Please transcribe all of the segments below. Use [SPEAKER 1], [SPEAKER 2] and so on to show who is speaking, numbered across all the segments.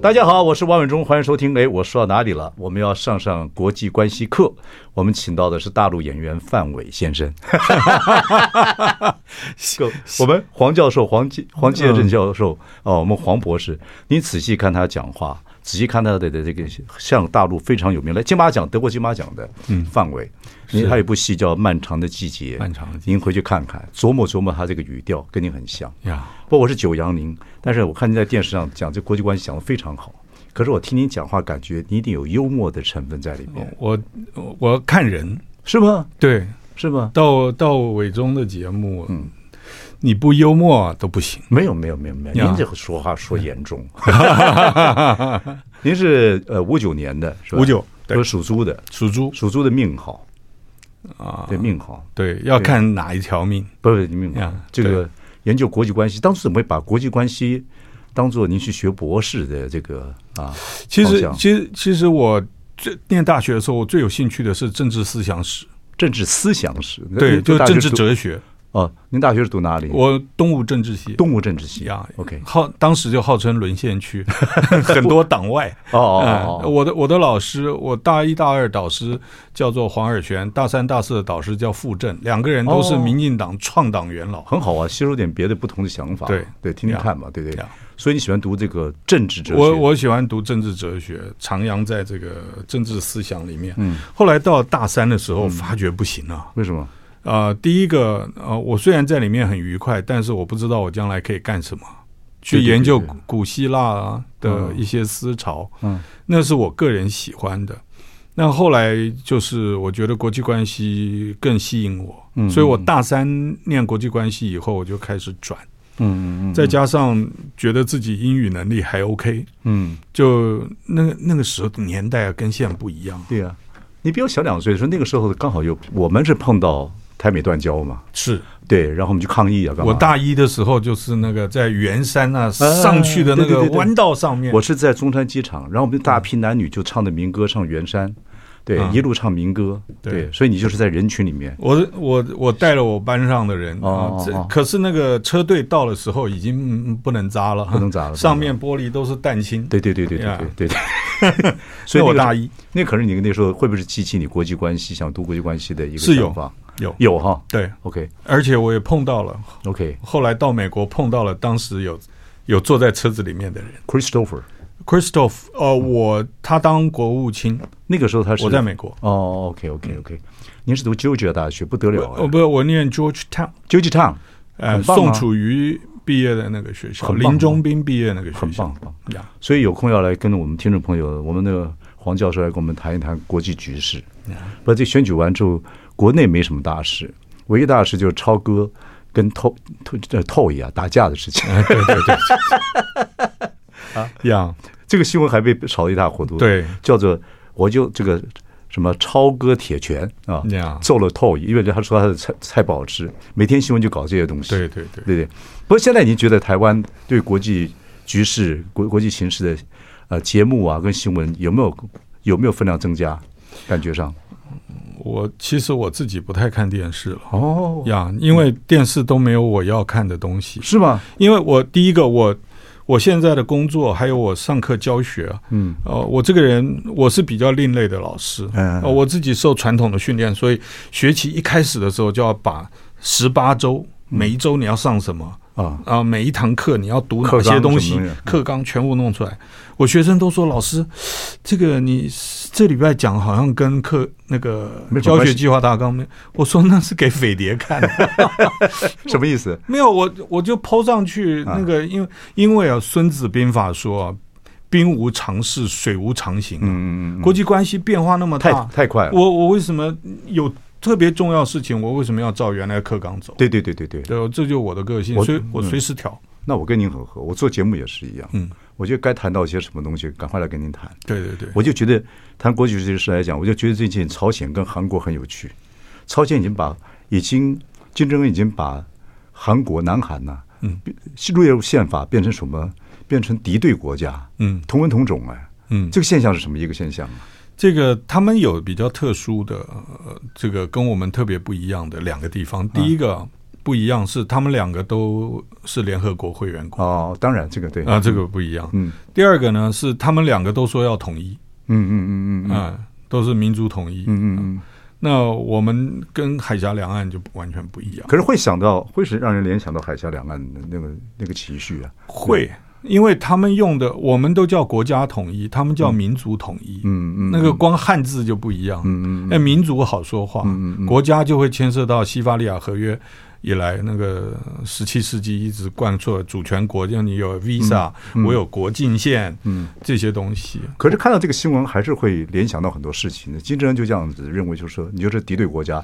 [SPEAKER 1] 大家好，我是王伟忠，欢迎收听。哎，我说到哪里了？我们要上上国际关系课。我们请到的是大陆演员范伟先 生。 各我们黄教授、黄继黄继任教授
[SPEAKER 2] 嗯
[SPEAKER 1] 哦，我们黄博士，你仔细看他讲话，仔细看他的的这个像大陆非常有名的金马奖得过金马奖的范伟，你还有一部戏叫《漫长的季节》，
[SPEAKER 2] 嗯漫长的季节
[SPEAKER 1] 您回去看看，琢磨琢磨他这个语调跟你很像
[SPEAKER 2] 呀
[SPEAKER 1] 不，我是九阳您，但是我看您在电视上讲这国际关系讲的非常好，可是我听您讲话，感觉你一定有幽默的成分在里面，
[SPEAKER 2] 我我我看人，
[SPEAKER 1] 是吗？
[SPEAKER 2] 对，
[SPEAKER 1] 是吗？
[SPEAKER 2] 到到伟忠的节目，嗯，你不幽默都不行。
[SPEAKER 1] 没有没有没有没有，
[SPEAKER 2] 呀
[SPEAKER 1] 您这个说话说严重。 您是呃五九年的是吧？
[SPEAKER 2] 59对
[SPEAKER 1] 我属猪的，
[SPEAKER 2] 属猪
[SPEAKER 1] 属猪的命好啊，对命好，
[SPEAKER 2] 对，要看哪一条命。
[SPEAKER 1] 不是命好
[SPEAKER 2] 呀。
[SPEAKER 1] 这个
[SPEAKER 2] 对
[SPEAKER 1] 研究国际关系，当初怎么会把国际关系当做您去学博士的这个啊？
[SPEAKER 2] 其实
[SPEAKER 1] 方，向
[SPEAKER 2] 其实，其实我最念大学的时候，我最有兴趣的是政治思想史，
[SPEAKER 1] 政治思想史，
[SPEAKER 2] 对，
[SPEAKER 1] 您
[SPEAKER 2] 就
[SPEAKER 1] 大学
[SPEAKER 2] 政治
[SPEAKER 1] 读
[SPEAKER 2] 哲学。
[SPEAKER 1] 哦。您大学是读哪里？
[SPEAKER 2] 我东吴政治系，
[SPEAKER 1] 东吴政治系
[SPEAKER 2] 呀
[SPEAKER 1] OK，
[SPEAKER 2] 号当时就号称沦陷区， 很多党外。
[SPEAKER 1] 哦哦
[SPEAKER 2] 啊
[SPEAKER 1] 哦，哦
[SPEAKER 2] 我的我的老师，我大一大二导师叫做黄尔璇，大三大四的导师叫傅政，两个人都是
[SPEAKER 1] 哦
[SPEAKER 2] 民进党创党元老。
[SPEAKER 1] 很好啊，吸收点别的不同的想法，
[SPEAKER 2] 对
[SPEAKER 1] 对，听听
[SPEAKER 2] 呀
[SPEAKER 1] 看嘛，对不对
[SPEAKER 2] 呀？
[SPEAKER 1] 所以你喜欢读这个政治哲学？
[SPEAKER 2] 我我喜欢读政治哲学，徜徉在这个政治思想里面。嗯，后来到大三的时候，发觉不行啊。
[SPEAKER 1] 为什么？
[SPEAKER 2] 呃，第一个，呃，我虽然在里面很愉快，但是我不知道我将来可以干什么，去
[SPEAKER 1] 对对
[SPEAKER 2] 研究
[SPEAKER 1] 对对
[SPEAKER 2] 古希腊啊的
[SPEAKER 1] 嗯
[SPEAKER 2] 一些思潮，
[SPEAKER 1] 嗯，
[SPEAKER 2] 那是我个人喜欢的。那后来就是我觉得国际关系更吸引我，
[SPEAKER 1] 嗯
[SPEAKER 2] 所以我大三念国际关系以后，我就开始转，
[SPEAKER 1] 嗯嗯
[SPEAKER 2] 再加上觉得自己英语能力还 OK，
[SPEAKER 1] 嗯，
[SPEAKER 2] 就那个那个时候的年代啊，跟现在不一样。
[SPEAKER 1] 对呀、你比我小两岁，说那个时候刚好有我们是碰到台美断交嘛，
[SPEAKER 2] 是
[SPEAKER 1] 对，然后我们就抗议啊，干嘛？
[SPEAKER 2] 我大一的时候就是那个在圆山啊
[SPEAKER 1] 哎
[SPEAKER 2] 上去的那
[SPEAKER 1] 对对
[SPEAKER 2] 个
[SPEAKER 1] 对对
[SPEAKER 2] 弯道上面，
[SPEAKER 1] 我是在中山机场，然后我们大批男女就唱的民歌，唱《圆山》，对，
[SPEAKER 2] 嗯
[SPEAKER 1] 一路唱民歌，
[SPEAKER 2] 对
[SPEAKER 1] 对，所以你就是在人群里面，
[SPEAKER 2] 我我我带了我班上的人啊
[SPEAKER 1] 哦，
[SPEAKER 2] 这
[SPEAKER 1] 哦哦
[SPEAKER 2] 可是那个车队到的时候已经嗯不能扎了，
[SPEAKER 1] 不能扎了
[SPEAKER 2] 上面玻璃都是蛋清。
[SPEAKER 1] 对对对对对
[SPEAKER 2] 呀
[SPEAKER 1] 对对对。所以那
[SPEAKER 2] 我
[SPEAKER 1] 个
[SPEAKER 2] 大一，
[SPEAKER 1] 那可是你那时候会不会是激起你国际关系想读国际关系的一个
[SPEAKER 2] 是有
[SPEAKER 1] 想法？
[SPEAKER 2] 有
[SPEAKER 1] 有哈，
[SPEAKER 2] 对，
[SPEAKER 1] ，OK
[SPEAKER 2] 而且我也碰到了，
[SPEAKER 1] OK，Christopher，、
[SPEAKER 2] 后来到美国碰到了当时有有坐在车子里面的人
[SPEAKER 1] Christopher，
[SPEAKER 2] ，Christoph，呃，我他当国务卿，
[SPEAKER 1] 那个时候嗯他是
[SPEAKER 2] 我在美国，
[SPEAKER 1] 哦，OK OK OK，您是读 Georgia 大学，不得了、啊
[SPEAKER 2] 哦，不，我念 Georgetown。
[SPEAKER 1] ，Georgetown，
[SPEAKER 2] 呃，
[SPEAKER 1] 很棒
[SPEAKER 2] 宋
[SPEAKER 1] 啊
[SPEAKER 2] 楚瑜毕业的那个学校，
[SPEAKER 1] 很棒
[SPEAKER 2] 林中斌毕业那个学校，
[SPEAKER 1] 很棒很棒。
[SPEAKER 2] 呀。
[SPEAKER 1] 所以有空要来跟我们听众朋友，我们那个黄教授来跟我们谈一谈国际局势。不，这选举完之后，国内没什么大事，唯一大事就是超哥跟透透呃透一啊打架的事 情。
[SPEAKER 2] 对对对，啊呀，
[SPEAKER 1] 这个新闻还被炒得一塌糊涂。
[SPEAKER 2] 对，
[SPEAKER 1] 叫做我就这个什么超哥铁拳啊
[SPEAKER 2] 呀，
[SPEAKER 1] 揍了透一，因为他说他的菜菜不好吃，每天新闻就搞这些东西。
[SPEAKER 2] 对对对
[SPEAKER 1] 对对。不过现在已经觉得台湾对国际局势、国国际形势的呃节目啊跟新闻有没有有没有分量增加？感觉上
[SPEAKER 2] 我其实我自己不太看电视了
[SPEAKER 1] 哦，
[SPEAKER 2] 呀，因为电视都没有我要看的东西。
[SPEAKER 1] 是吗？
[SPEAKER 2] 因为我第一个我。我现在的工作，还有我上课教学，
[SPEAKER 1] 嗯，
[SPEAKER 2] 呃，我这个人我是比较另类的老师，
[SPEAKER 1] 嗯
[SPEAKER 2] 呃我自己受传统的训练，所以学期一开始的时候就要把十八周，
[SPEAKER 1] 嗯
[SPEAKER 2] 每一周你要上什么，
[SPEAKER 1] 啊，
[SPEAKER 2] 啊，每一堂课你要读
[SPEAKER 1] 课
[SPEAKER 2] 哪
[SPEAKER 1] 纲
[SPEAKER 2] 些东
[SPEAKER 1] 什
[SPEAKER 2] 西
[SPEAKER 1] 么东西，嗯
[SPEAKER 2] 课纲全部弄出来。我学生都说老师，这个你这礼拜讲好像跟课那个
[SPEAKER 1] 没什么
[SPEAKER 2] 教
[SPEAKER 1] 关系
[SPEAKER 2] 学计划大纲没，我说那是给匪 谍看的，
[SPEAKER 1] 什么意思？
[SPEAKER 2] 没有我我就抛上去
[SPEAKER 1] 啊
[SPEAKER 2] 那个，因为因为啊，《孙子兵法》说啊，兵无常势，水无常形啊，
[SPEAKER 1] 嗯嗯嗯，
[SPEAKER 2] 国际关系变化那么
[SPEAKER 1] 太
[SPEAKER 2] 大，
[SPEAKER 1] 太快了。
[SPEAKER 2] 啊我我为什么有特别重要事情，我为什么要照原来课纲走？
[SPEAKER 1] 对对对对对，
[SPEAKER 2] 对，这就我的个性
[SPEAKER 1] 我，
[SPEAKER 2] 所以我
[SPEAKER 1] 嗯
[SPEAKER 2] 随时调。
[SPEAKER 1] 那我跟您很合，我做节目也是一样。
[SPEAKER 2] 嗯，
[SPEAKER 1] 我觉得该谈到些什么东西，赶快来跟您谈。
[SPEAKER 2] 对对对，
[SPEAKER 1] 我就觉得谈国际局势来讲，我就觉得最近朝鲜跟韩国很有趣。朝鲜已经把已经金正恩已经把韩国、南韩呐、
[SPEAKER 2] 嗯
[SPEAKER 1] 列入宪法，变成什么？变成敌对国家，
[SPEAKER 2] 嗯
[SPEAKER 1] 同文同种哎。
[SPEAKER 2] 嗯，
[SPEAKER 1] 这个现象是什么一个现象啊？
[SPEAKER 2] 这个他们有比较特殊的，呃，这个跟我们特别不一样的两个地方。第一个
[SPEAKER 1] 嗯
[SPEAKER 2] 不一样是他们两个都是联合国会员国
[SPEAKER 1] 哦，当然这个对
[SPEAKER 2] 啊，这个不一样。
[SPEAKER 1] 嗯
[SPEAKER 2] 第二个呢是他们两个都说要统一
[SPEAKER 1] 嗯嗯嗯嗯嗯
[SPEAKER 2] 啊，都是民族统一。
[SPEAKER 1] 嗯嗯嗯。
[SPEAKER 2] 那我们跟海峡两岸就完全不一样。
[SPEAKER 1] 可是会想到，会是让人联想到海峡两岸的那个那个情绪啊。
[SPEAKER 2] 会，因为他们用的我们都叫国家统一，他们叫民族统一。
[SPEAKER 1] 嗯嗯，
[SPEAKER 2] 那个光汉字就不一样。
[SPEAKER 1] 嗯嗯
[SPEAKER 2] 那民族好说话，
[SPEAKER 1] 嗯嗯嗯
[SPEAKER 2] 国家就会牵涉到西法利亚合约以来，那个十七世纪一直贯彻主权国，让你有 visa，、我有国境线，
[SPEAKER 1] 嗯。
[SPEAKER 2] 这些东西。
[SPEAKER 1] 可是看到这个新闻，还是会联想到很多事情的。金正恩就这样子认为，就是说你就是敌对国家，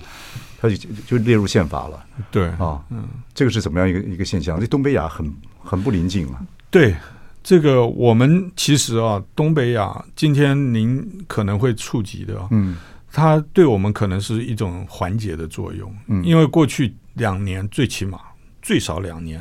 [SPEAKER 1] 他就就列入宪法了
[SPEAKER 2] 对
[SPEAKER 1] 啊。嗯，这个是怎么样一个一个现象？这东北亚很很不临近啊。
[SPEAKER 2] 对，这个我们其实啊，东北亚今天您可能会触及的啊，
[SPEAKER 1] 嗯
[SPEAKER 2] 它对我们可能是一种缓解的作用，
[SPEAKER 1] 嗯
[SPEAKER 2] 因为过去两年最起码最少两年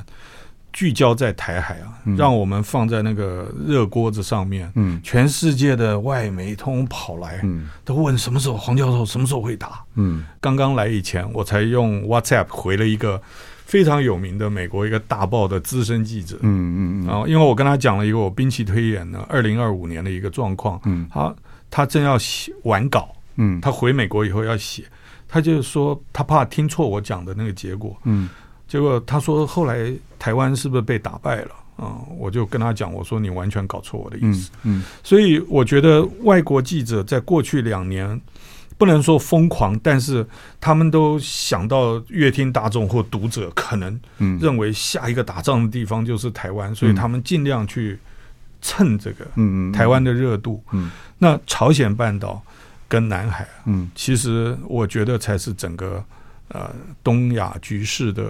[SPEAKER 2] 聚焦在台海啊，
[SPEAKER 1] 嗯
[SPEAKER 2] 让我们放在那个热锅子上面，
[SPEAKER 1] 嗯
[SPEAKER 2] 全世界的外媒通跑来，
[SPEAKER 1] 嗯
[SPEAKER 2] 都问什么时候黄教授什么时候会打。
[SPEAKER 1] 嗯
[SPEAKER 2] 刚刚来以前，我才用 WhatsApp 回了一个非常有名的美国一个大报的资深记者，
[SPEAKER 1] 嗯嗯
[SPEAKER 2] 然后因为我跟他讲了一个我兵器推演的二零二五年的一个状况，
[SPEAKER 1] 嗯
[SPEAKER 2] 他他正要写完稿，
[SPEAKER 1] 嗯
[SPEAKER 2] 他回美国以后要写，他就说他怕听错我讲的那个结果，
[SPEAKER 1] 嗯
[SPEAKER 2] 结果他说后来台湾是不是被打败了？嗯，我就跟他讲，我说你完全搞错我的意
[SPEAKER 1] 嗯
[SPEAKER 2] 思。
[SPEAKER 1] 嗯
[SPEAKER 2] 所以我觉得外国记者在过去两年不能说疯狂，但是他们都想到乐听大众或读者可能
[SPEAKER 1] 嗯
[SPEAKER 2] 认为下一个打仗的地方就是台湾，所以他们尽量去蹭这个
[SPEAKER 1] 嗯
[SPEAKER 2] 台湾的热度。
[SPEAKER 1] 嗯
[SPEAKER 2] 那朝鲜半岛跟南海，
[SPEAKER 1] 嗯
[SPEAKER 2] 其实我觉得才是整个呃东亚局势的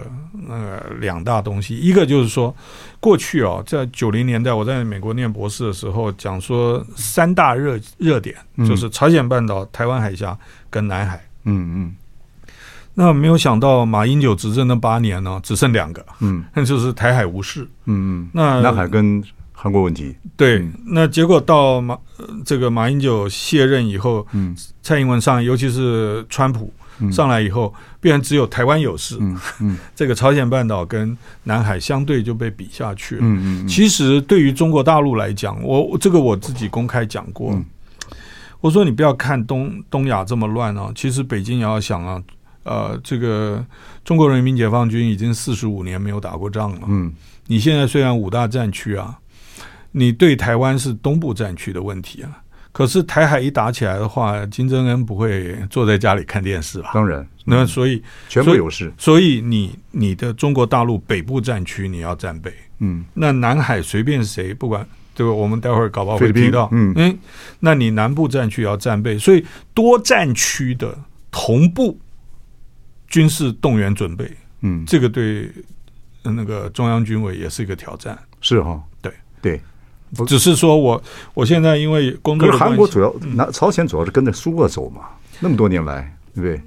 [SPEAKER 2] 呃两大东西。一个就是说，过去哦，在九零年代我在美国念博士的时候，讲说三大热热点
[SPEAKER 1] 嗯
[SPEAKER 2] 就是朝鲜半岛、台湾海峡跟南海。
[SPEAKER 1] 嗯
[SPEAKER 2] 那没有想到，马英九执政那八年呢，只剩两个，
[SPEAKER 1] 嗯
[SPEAKER 2] 那就是台海无事。
[SPEAKER 1] 嗯嗯，
[SPEAKER 2] 那
[SPEAKER 1] 南海跟韩国问题，
[SPEAKER 2] 对
[SPEAKER 1] 嗯，
[SPEAKER 2] 那结果到马呃这个马英九卸任以后，
[SPEAKER 1] 嗯
[SPEAKER 2] 蔡英文上来，尤其是川普
[SPEAKER 1] 嗯
[SPEAKER 2] 上来以后，变成只有台湾有事，
[SPEAKER 1] 嗯嗯
[SPEAKER 2] 这个朝鲜半岛跟南海相对就被比下去了。
[SPEAKER 1] 嗯嗯，
[SPEAKER 2] 其实对于中国大陆来讲，我我这个我自己公开讲过，
[SPEAKER 1] 嗯
[SPEAKER 2] 我说你不要看东东亚这么乱哦，其实北京也要想啊，呃，这个中国人民解放军已经四十五年没有打过仗了，
[SPEAKER 1] 嗯
[SPEAKER 2] 你现在虽然五大战区啊，你对台湾是东部战区的问题啊，可是台海一打起来的话，金正恩不会坐在家里看电视吧？
[SPEAKER 1] 当然
[SPEAKER 2] 那所以，
[SPEAKER 1] 全部有事，
[SPEAKER 2] 所以你你的中国大陆北部战区你要战备，
[SPEAKER 1] 嗯
[SPEAKER 2] 那南海随便谁不管。对吧？我们待会儿搞不好会
[SPEAKER 1] 菲律宾
[SPEAKER 2] 提到，
[SPEAKER 1] 嗯
[SPEAKER 2] 嗯，那你南部战区也要战备，所以多战区的同步军事动员准备，
[SPEAKER 1] 嗯
[SPEAKER 2] 这个对呃那个中央军委也是一个挑战。
[SPEAKER 1] 是哈，对。不
[SPEAKER 2] 只是说我我现在因为工
[SPEAKER 1] 可
[SPEAKER 2] 作
[SPEAKER 1] 是
[SPEAKER 2] 的关
[SPEAKER 1] 韩
[SPEAKER 2] 系
[SPEAKER 1] 国主要，那朝鲜主要是跟着苏俄走嘛，那么多年来，对不对？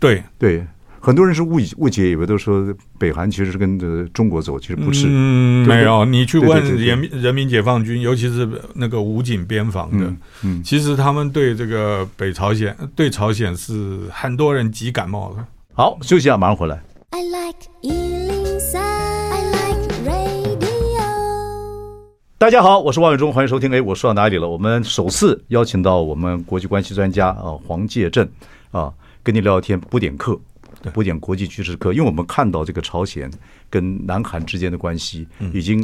[SPEAKER 2] 对
[SPEAKER 1] 对，很多人是误以误解，以为都说北韩其实是跟着中国走，其实不是。
[SPEAKER 2] 嗯，
[SPEAKER 1] 对
[SPEAKER 2] 没有你去
[SPEAKER 1] 对对对
[SPEAKER 2] 问
[SPEAKER 1] 对
[SPEAKER 2] 人民人民解放军，尤其是那个武警边防的，
[SPEAKER 1] 嗯嗯
[SPEAKER 2] 其实他们对这个北朝鲜对朝鲜是很多人极感冒的。
[SPEAKER 1] 好，休息一下，马上回来。
[SPEAKER 3] I like Ealing Sound. I like radio.
[SPEAKER 1] 大家好，我是王伟忠，欢迎收听。哎，我说到哪里了？我们首次邀请到我们国际关系专家啊黄介正啊，跟你聊聊天，补点课，补点国际局势课。因为我们看到这个朝鲜跟南韩之间的关系，已经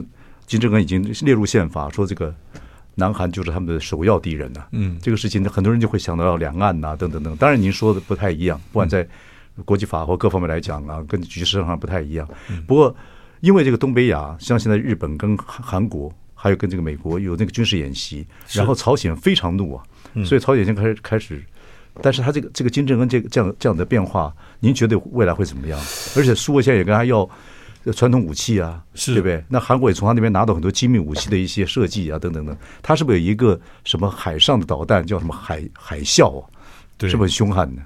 [SPEAKER 1] 金正恩已经列入宪法，说这个南韩就是他们的首要敌人呐、
[SPEAKER 2] 嗯
[SPEAKER 1] 这个事情呢，很多人就会想到两岸呐、等等等。当然，您说的不太一样，不管在国际法或各方面来讲啊，跟局势上不太一样。不过，因为这个东北亚，像现在日本跟韩韩国，还有跟这个美国有那个军事演习，然后朝鲜非常怒啊，所以朝鲜已经开始开始。但是他这个这个金正恩这个这样这样的变化，您觉得未来会怎么样？而且苏俄现在也跟他要传统武器啊，
[SPEAKER 2] 是
[SPEAKER 1] 对不对？那韩国也从他那边拿到很多精密武器的一些设计啊，等等等。他是不是有一个什么海上的导弹叫什么海海啸啊？
[SPEAKER 2] 对
[SPEAKER 1] 是不是很凶悍呢？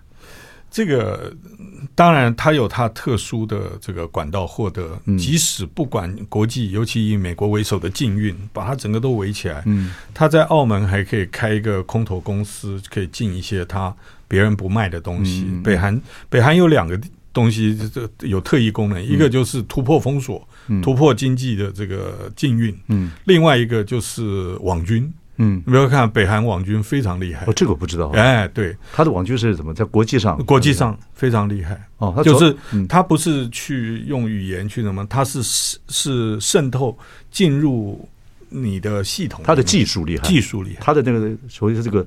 [SPEAKER 2] 这个嗯当然，它有它特殊的这个管道获得，
[SPEAKER 1] 嗯
[SPEAKER 2] 即使不管国际，尤其以美国为首的禁运，把它整个都围起来，
[SPEAKER 1] 嗯，
[SPEAKER 2] 它在澳门还可以开一个空投公司，可以进一些它别人不卖的东西。
[SPEAKER 1] 嗯嗯嗯
[SPEAKER 2] 北韩北韩有两个东西，这这有特异功能，一个就是突破封锁，
[SPEAKER 1] 嗯
[SPEAKER 2] 突破经济的这个禁运，
[SPEAKER 1] 嗯
[SPEAKER 2] 另外一个就是网军。
[SPEAKER 1] 嗯，
[SPEAKER 2] 你不要看北韩网军非常厉害
[SPEAKER 1] 哦，，这个我不知道啊。
[SPEAKER 2] 哎，对，
[SPEAKER 1] 他的网剧是怎么在国际上？
[SPEAKER 2] 国际上非常厉害。
[SPEAKER 1] 哦，他
[SPEAKER 2] 就是
[SPEAKER 1] 嗯
[SPEAKER 2] 他不是去用语言去什么，他是是是渗透进入你的系统里面，
[SPEAKER 1] 他的技术厉害，
[SPEAKER 2] 技术厉害。
[SPEAKER 1] 他的那个所谓的这个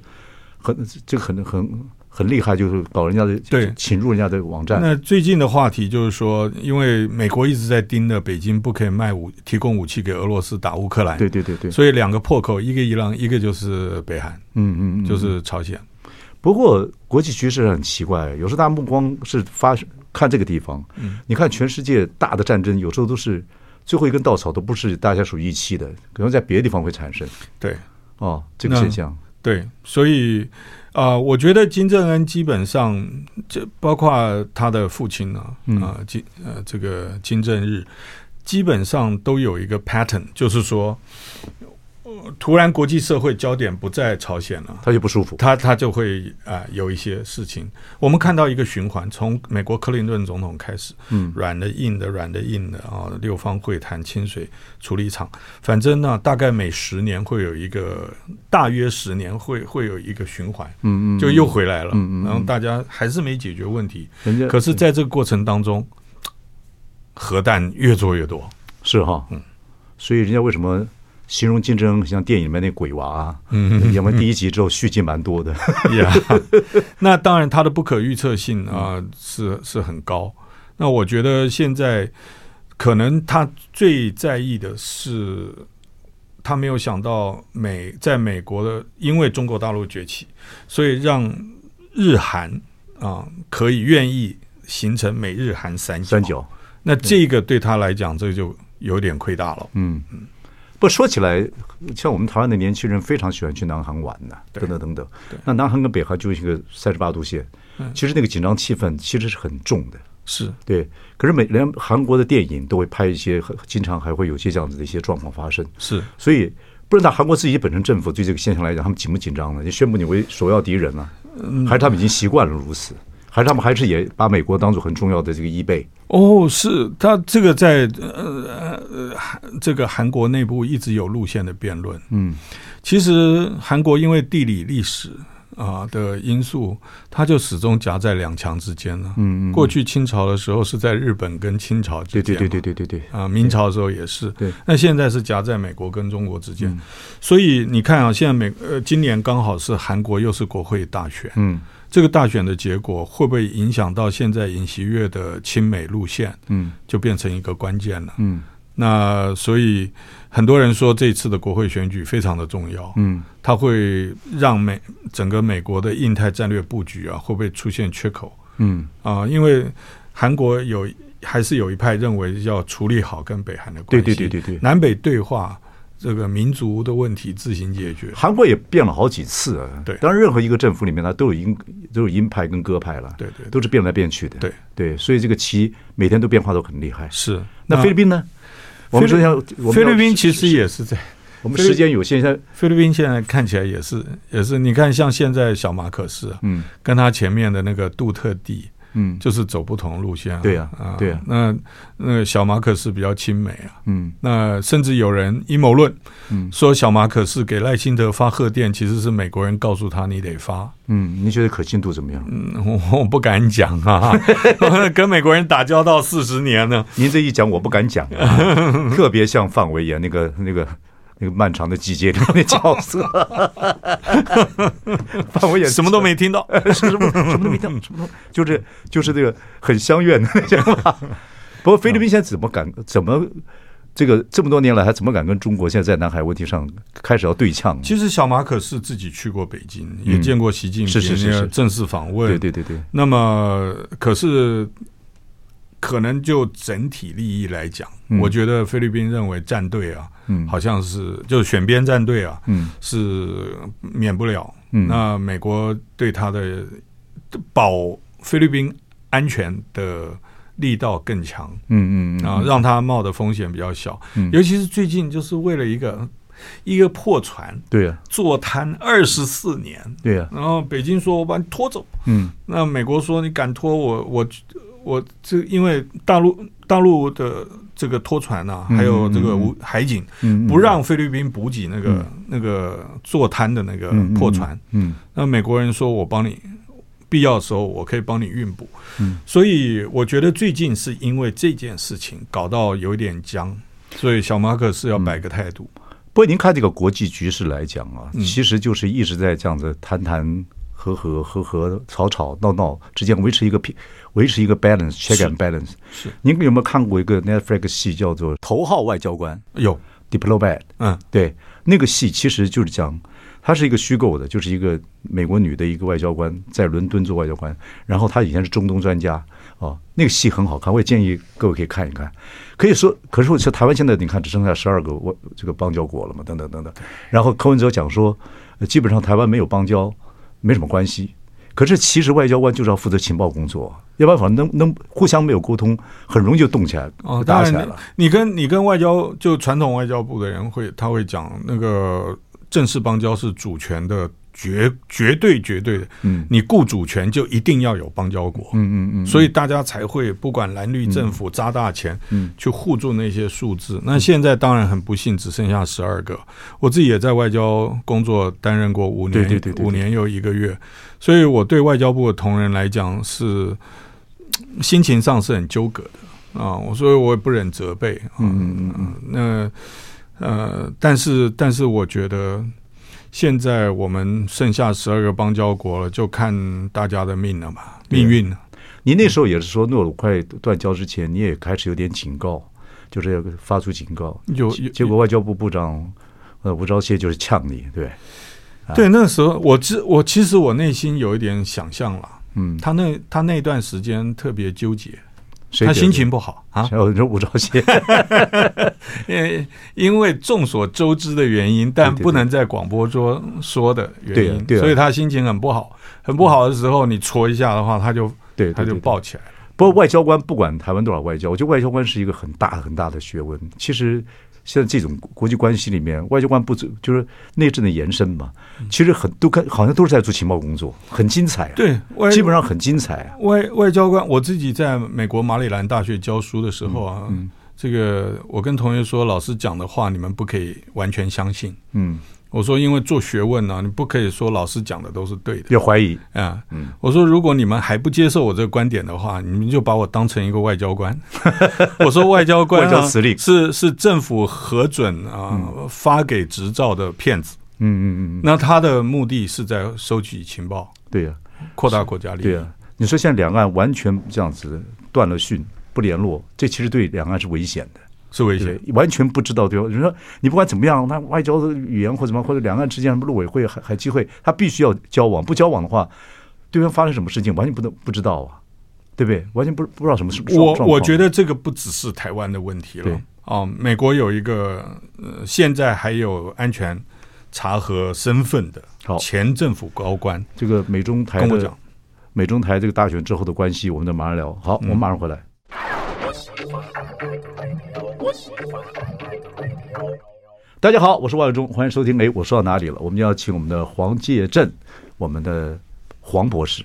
[SPEAKER 1] 很这个很很很厉害，就是搞人家的
[SPEAKER 2] 对
[SPEAKER 1] 侵入人家的网站。
[SPEAKER 2] 那最近的话题就是说，因为美国一直在盯着北京不可以卖武提供武器给俄罗斯打乌克兰，
[SPEAKER 1] 对对对对，
[SPEAKER 2] 所以两个破口，一个伊朗，一个就是北韩，
[SPEAKER 1] 嗯嗯嗯，
[SPEAKER 2] 就是朝鲜。
[SPEAKER 1] 不过国际局势很奇怪，有时候大家目光是发看这个地方。
[SPEAKER 2] 嗯
[SPEAKER 1] 你看全世界大的战争，有时候都是最后一根稻草都不是大家所预期的，可能在别的地方会产生
[SPEAKER 2] 对
[SPEAKER 1] 哦这个现象。
[SPEAKER 2] 对，所以啊、呃我觉得金正恩基本上，这包括他的父亲呢、啊，
[SPEAKER 1] 嗯
[SPEAKER 2] 呃金呃这个金正日，基本上都有一个 pattern，就是说，呃突然国际社会焦点不在朝鲜了。
[SPEAKER 1] 他就不舒服，
[SPEAKER 2] 他他就会啊、呃有一些事情，我们看到一个循环，从美国克林顿总统开始，
[SPEAKER 1] 嗯
[SPEAKER 2] 软的硬的，软的硬的啊、六方会谈、清水处理厂，反正呢，大概每十年会有一个，大约十年会会有一个循环，
[SPEAKER 1] 嗯嗯，
[SPEAKER 2] 就又回来了，
[SPEAKER 1] 嗯嗯嗯嗯
[SPEAKER 2] 然后大家还是没解决问题，
[SPEAKER 1] 人家
[SPEAKER 2] 可是在这个过程当中，核弹越做越多，
[SPEAKER 1] 是哈，
[SPEAKER 2] 嗯
[SPEAKER 1] 所以人家为什么形容竞争像电影里面那鬼娃、啊？
[SPEAKER 2] 嗯
[SPEAKER 1] 演完第一集之后续集蛮多的，
[SPEAKER 2] 呀， 那当然它的不可预测性啊、是是很高。那我觉得现在可能他最在意的是，他没有想到美在美国的，因为中国大陆崛起，所以让日韩啊、可以愿意形成美日韩三角。
[SPEAKER 1] 三，角，
[SPEAKER 2] 那这个对他来讲，这就有点亏大了。
[SPEAKER 1] 嗯，不说起来，像我们台湾的年轻人非常喜欢去南韩玩呢，
[SPEAKER 2] 对
[SPEAKER 1] 等等等等
[SPEAKER 2] 对。嗯
[SPEAKER 1] 那南韩跟北韩就是一个三十八度线，其实那个紧张气氛其实是很重的，
[SPEAKER 2] 是，
[SPEAKER 1] 对。可是每连韩国的电影都会拍一些，经常还会有一些这样子的一些状况发生，
[SPEAKER 2] 是，
[SPEAKER 1] 所以。不知道韩国自己本身政府对这个现象来讲，他们紧不紧张呢？就宣布你为首要敌人了、
[SPEAKER 2] 嗯
[SPEAKER 1] 还是他们已经习惯了如此？还是他们还是也把美国当做很重要的这个依备？
[SPEAKER 2] 哦，是他这个在呃呃韩这个韩国内部一直有路线的辩论。
[SPEAKER 1] 嗯，
[SPEAKER 2] 其实韩国因为地理历史啊、的因素，它就始终夹在两强之间了。
[SPEAKER 1] 嗯嗯嗯
[SPEAKER 2] 过去清朝的时候是在日本跟清朝之
[SPEAKER 1] 对对
[SPEAKER 2] 间嘛，
[SPEAKER 1] 对对对对对，
[SPEAKER 2] 啊、明朝的时候也是。
[SPEAKER 1] 对，
[SPEAKER 2] 那现在是夹在美国跟中国之间，
[SPEAKER 1] 嗯
[SPEAKER 2] 所以你看啊，现在美呃今年刚好是韩国又是国会大选，
[SPEAKER 1] 嗯
[SPEAKER 2] 这个大选的结果会不会影响到现在尹锡悦的亲美路线？
[SPEAKER 1] 嗯
[SPEAKER 2] 就变成一个关键了。
[SPEAKER 1] 嗯
[SPEAKER 2] 那所以很多人说这次的国会选举非常的重要，
[SPEAKER 1] 嗯
[SPEAKER 2] 它会让美整个美国的印太战略布局啊，会不会出现缺口
[SPEAKER 1] 嗯
[SPEAKER 2] 啊、因为韩国有还是有一派认为要处理好跟北韩的关
[SPEAKER 1] 对
[SPEAKER 2] 系，
[SPEAKER 1] 对对对对，
[SPEAKER 2] 南北对话这个民族的问题自行解决。
[SPEAKER 1] 韩国也变了好几次啊。
[SPEAKER 2] 对
[SPEAKER 1] 当然任何一个政府里面呢，都有鹰都有鹰派跟鸽派了，
[SPEAKER 2] 对对对
[SPEAKER 1] 都是变来变去的。
[SPEAKER 2] 对
[SPEAKER 1] 对，所以这个棋每天都变化都很厉害。
[SPEAKER 2] 是
[SPEAKER 1] 那菲律宾呢？我们说要我们要
[SPEAKER 2] 菲律宾其实也是在
[SPEAKER 1] 我们时间有限，现在
[SPEAKER 2] 菲律宾现在看起来也是也是，你看像现在小马可斯、啊，
[SPEAKER 1] 嗯
[SPEAKER 2] 跟他前面的那个杜特地，
[SPEAKER 1] 嗯
[SPEAKER 2] 就是走不同路线、啊。
[SPEAKER 1] 对啊对啊
[SPEAKER 2] 那那个小马可是比较亲美啊。
[SPEAKER 1] 嗯
[SPEAKER 2] 那甚至有人阴谋论
[SPEAKER 1] 嗯
[SPEAKER 2] 说，小马可是给赖清德发贺电，其实是美国人告诉他你得发。
[SPEAKER 1] 嗯，您觉得可信度怎么样？
[SPEAKER 2] 嗯，我我不敢 讲啊，跟美国人打交道四十年呢。
[SPEAKER 1] 您这一讲我不敢讲啊， 特别像范伟演那个那个。那个漫长的季节里面的角 色，范伟演
[SPEAKER 2] 什么都没听到，
[SPEAKER 1] 是什么什么都没掉，什么都就是就是这个很相怨的那些话。不过菲律宾现在怎么敢怎么这个这么多年来还怎么敢跟中国现在在南海问题上开始要对呛？
[SPEAKER 2] 其实小马可是自己去过北京，
[SPEAKER 1] 嗯
[SPEAKER 2] 也见过习近平，
[SPEAKER 1] 是是是是
[SPEAKER 2] 正式访问，
[SPEAKER 1] 对对对对，
[SPEAKER 2] 那么，可是可能就整体利益来讲，
[SPEAKER 1] 嗯
[SPEAKER 2] 我觉得菲律宾认为战队啊，
[SPEAKER 1] 嗯
[SPEAKER 2] 好像是就是选边站队啊，
[SPEAKER 1] 嗯
[SPEAKER 2] 是免不了。
[SPEAKER 1] 嗯
[SPEAKER 2] 那美国对他的保菲律宾安全的力道更强
[SPEAKER 1] 嗯嗯嗯
[SPEAKER 2] 啊，让他冒的风险比较小。
[SPEAKER 1] 嗯
[SPEAKER 2] 尤其是最近，就是为了一个一个破船
[SPEAKER 1] 对呀
[SPEAKER 2] 坐滩二十四年，
[SPEAKER 1] 对呀，
[SPEAKER 2] 然后北京说我把你拖走，
[SPEAKER 1] 嗯
[SPEAKER 2] 那美国说你敢拖我，我我这因为大陆大陆的这个拖船呐、
[SPEAKER 1] 嗯
[SPEAKER 2] 还有这个
[SPEAKER 1] 嗯
[SPEAKER 2] 无海警，
[SPEAKER 1] 嗯，
[SPEAKER 2] 不让菲律宾补给那个、那个坐滩的那个破船。，
[SPEAKER 1] 嗯
[SPEAKER 2] 那美国人说我帮你，必要的时候我可以帮你运补。
[SPEAKER 1] 嗯，
[SPEAKER 2] 所以我觉得最近是因为这件事情搞到有点僵，所以小马可是要摆个态度。
[SPEAKER 1] 不过您看这个国际局势来讲啊，
[SPEAKER 2] 嗯
[SPEAKER 1] 其实就是一直在这样子谈谈和和和和吵吵闹闹之间维持一个平维持一个 balance check and balance。
[SPEAKER 2] 是
[SPEAKER 1] 您有没有看过一个 Netflix 戏叫做《头号外交官
[SPEAKER 2] 有，》
[SPEAKER 1] （Diplomat）？
[SPEAKER 2] 嗯
[SPEAKER 1] 对，那个戏其实就是讲，它是一个虚构的，就是一个美国女的一个外交官在伦敦做外交官，然后她以前是中东专家哦，那个戏很好看，我也建议各位可以看一看。可以说，可是我台湾现在你看只剩下十二个我这个邦交国了嘛，等等等等。然后柯文哲讲说，呃基本上台湾没有邦交，没什么关系。可是其实外交官就是要负责情报工作，要不然反正能能互相没有沟通，很容易就动起来，
[SPEAKER 2] 哦，当
[SPEAKER 1] 打
[SPEAKER 2] 然
[SPEAKER 1] 起来
[SPEAKER 2] 你
[SPEAKER 1] 了。
[SPEAKER 2] 你跟你跟外交就传统外交部的人会，他会讲那个正式邦交是主权的绝绝对绝对的，
[SPEAKER 1] 嗯
[SPEAKER 2] 你雇主权就一定要有邦交国，
[SPEAKER 1] 嗯嗯嗯，
[SPEAKER 2] 所以大家才会不管蓝绿政府砸大钱，
[SPEAKER 1] 嗯
[SPEAKER 2] 去护住那些数字。那现在当然很不幸，只剩下十二个。我自己也在外交工作担任过五年，
[SPEAKER 1] 对对对对对
[SPEAKER 2] 五年又一个月，所以我对外交部的同仁来讲是嗯心情上是很纠葛的啊。我所以我也不忍责备啊。
[SPEAKER 1] 嗯嗯嗯
[SPEAKER 2] 那呃，但是但是我觉得。现在我们剩下十二个邦交国了，就看大家的命了吧，命运了。
[SPEAKER 1] 您那时候也是说诺鲁快断交之前，你也开始有点警告，就是要发出警告。
[SPEAKER 2] 有
[SPEAKER 1] 结
[SPEAKER 2] 有
[SPEAKER 1] 结果外交部部长呃吴钊燮就是呛你，对，
[SPEAKER 2] 对，那时候我知我其实我内心有一点想象了，
[SPEAKER 1] 嗯，
[SPEAKER 2] 他那他那段时间特别纠结，
[SPEAKER 1] 谁
[SPEAKER 2] 他
[SPEAKER 1] 觉得
[SPEAKER 2] 心情不好 啊，
[SPEAKER 1] 然后你说吴钊燮，
[SPEAKER 2] 因因为众所周知的原因，但
[SPEAKER 1] 对对
[SPEAKER 2] 不能在广播中说的
[SPEAKER 1] 对
[SPEAKER 2] 原
[SPEAKER 1] 啊
[SPEAKER 2] 因，
[SPEAKER 1] 对啊
[SPEAKER 2] 所以他心情很不好，很不好的时候，你戳一下的话，他就
[SPEAKER 1] 对，
[SPEAKER 2] 他
[SPEAKER 1] 对
[SPEAKER 2] 就
[SPEAKER 1] 对
[SPEAKER 2] 爆起来了。
[SPEAKER 1] 不过外交官不管台湾多少外交， 我觉得外交官是一个很大很大的学问。其实现在这种国际关系里面，外交官不只就是内政的延伸嘛，其实很都看好像都是在做情报工作，很精彩、啊，，
[SPEAKER 2] 嗯对，我也
[SPEAKER 1] 基本上很精彩、啊。
[SPEAKER 2] 外外交官，我自己在美国马里兰大学教书的时候啊，
[SPEAKER 1] 嗯
[SPEAKER 2] 这个我跟同学说，老师讲的话你们不可以完全相信。
[SPEAKER 1] 嗯，
[SPEAKER 2] 我说，因为做学问啊呢、你不可以说老师讲的都是对的
[SPEAKER 1] 要怀疑，
[SPEAKER 2] 啊。
[SPEAKER 1] 嗯
[SPEAKER 2] 我说，如果你们还不接受我这个观点的话，你们就把我当成一个外 交官。我说，外交官、啊、
[SPEAKER 1] 外交辞令
[SPEAKER 2] 是是政府核准啊、发给执照的骗子。
[SPEAKER 1] 嗯嗯嗯嗯，
[SPEAKER 2] 那他的目的是在收集情报，
[SPEAKER 1] 对啊呀、
[SPEAKER 2] 扩大国家利益。
[SPEAKER 1] 对啊，你说现在两岸完全这样子断了讯，不联络，这其实对两岸是危险的，
[SPEAKER 2] 是危
[SPEAKER 1] 对不
[SPEAKER 2] 险。
[SPEAKER 1] 对？完全不知道对方。你说你不管怎么样，那外交的语言或怎么样，或者两岸之间什么陆委会、海海基会，他必须要交往，不交往的话，对方发生什么事情完全不能不知道啊，对不对？完全不不知道什么事。
[SPEAKER 2] 我我觉
[SPEAKER 1] 得
[SPEAKER 2] 得这个不只是台湾的问题了
[SPEAKER 1] 对。
[SPEAKER 2] 哦，美国有一个呃，现在还有安全查核身份的
[SPEAKER 1] 好
[SPEAKER 2] 前政府高官
[SPEAKER 1] 这个美中台
[SPEAKER 2] 跟我
[SPEAKER 1] 的
[SPEAKER 2] 讲，
[SPEAKER 1] 美中台这个大选之后的关系，我们再马上聊。
[SPEAKER 2] 嗯
[SPEAKER 1] 好，我们马上回来。大家好，我是万永忠，欢迎收听。哎，我说到哪里了？我们要请我们的黄介正，我们的黄博士，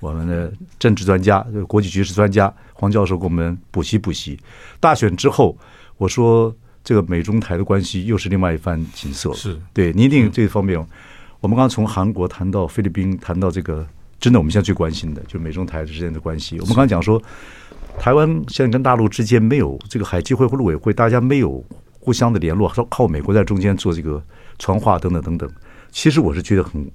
[SPEAKER 1] 我们的政治专家、就是国际局势专家黄教授给我们补习补习。大选之后，我说这个美中台的关系又是另外一番景色了。
[SPEAKER 2] 是
[SPEAKER 1] 对，您一定这方面，我们刚刚从韩国谈到菲律宾，谈到这个，真的我们现在最关心的就是美中台之间的关系。我们刚刚讲说，台湾现在跟大陆之间没有这个海基会或陆委会，大家没有互相的联络，靠靠美国在中间做这个传话等等等等。其实我是觉得很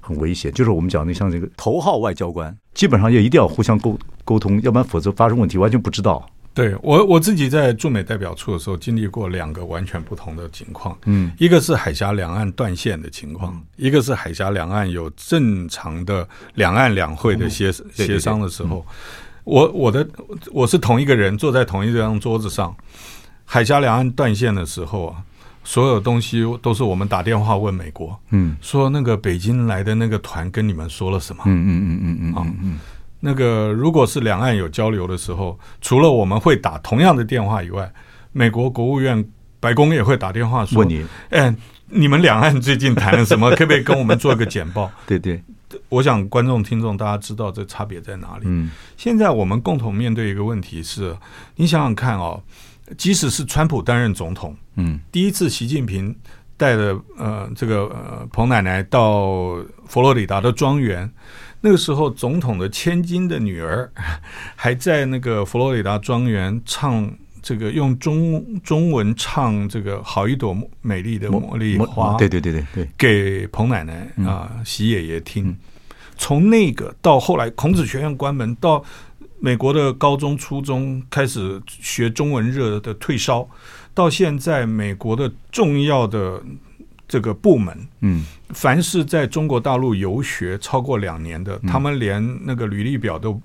[SPEAKER 1] 很危险，就是我们讲的像这个头号外交官，基本上也一定要互相沟沟通，要不然否则发生问题完全不知道。
[SPEAKER 2] 对我我自己在驻美代表处的时候，经历过两个完全不同的情况，
[SPEAKER 1] 嗯
[SPEAKER 2] 一个是海峡两岸断线的情况，一个是海峡两岸有正常的两岸两会的协
[SPEAKER 1] 嗯对对嗯
[SPEAKER 2] 协商的时候。我我的我是同一个人坐在同一张桌子上，海峡两岸断线的时候啊，所有东西都是我们打电话问美国，
[SPEAKER 1] 嗯
[SPEAKER 2] 说那个北京来的那个团跟你们说了什么
[SPEAKER 1] 嗯。嗯嗯嗯嗯嗯嗯，
[SPEAKER 2] 那个如果是两岸有交流的时候，除了我们会打同样的电话以外，美国国务院、白宫也会打电话说
[SPEAKER 1] 问你，：“
[SPEAKER 2] 哎，你们两岸最近谈了什么？可不可以跟我们做个简报
[SPEAKER 1] 对对，？”
[SPEAKER 2] 我想观众、听众大家知道这差别在哪里。
[SPEAKER 1] 嗯
[SPEAKER 2] 现在我们共同面对一个问题是：你想想看哦，即使是川普担任总统，
[SPEAKER 1] 嗯
[SPEAKER 2] 第一次习近平带着呃这个呃彭奶奶到佛罗里达的庄园，那个时候总统的千金的女儿 还在那个佛罗里达庄园唱这个用中中文唱这个好一朵美丽的茉莉花，
[SPEAKER 1] 对对对对对，
[SPEAKER 2] 给彭奶奶啊、习爷爷听。从那个到后来孔子学院关门，到美国的高中、初中开始学中文热的退烧，到现在美国的重要的这个部门，
[SPEAKER 1] 嗯
[SPEAKER 2] 凡是在中国大陆游学超过两年的，他们连那个履历表都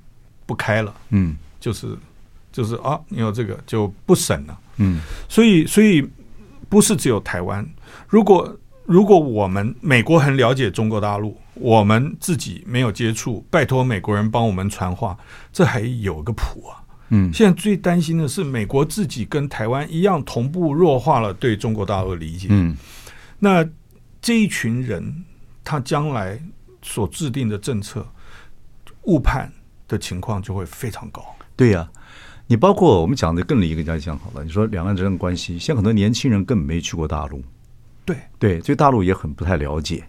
[SPEAKER 2] 不开了，
[SPEAKER 1] 嗯
[SPEAKER 2] 就是就是啊，你有这个就不审了。
[SPEAKER 1] 嗯
[SPEAKER 2] 所以，所以不是只有台湾。如果如果我们美国很了解中国大陆，我们自己没有接触，拜托美国人帮我们传话，这还有个谱啊。
[SPEAKER 1] 嗯
[SPEAKER 2] 现在最担心的是，美国自己跟台湾一样，同步弱化了对中国大陆的理解。
[SPEAKER 1] 嗯
[SPEAKER 2] 那这一群人，他将来所制定的政策误判的情况就会非常高。
[SPEAKER 1] 对呀、你包括我们讲的更离一个讲好了，你说两岸之间的关系，现在很多年轻人根本没去过大陆，
[SPEAKER 2] 对，
[SPEAKER 1] 对，对大陆也很不太了解。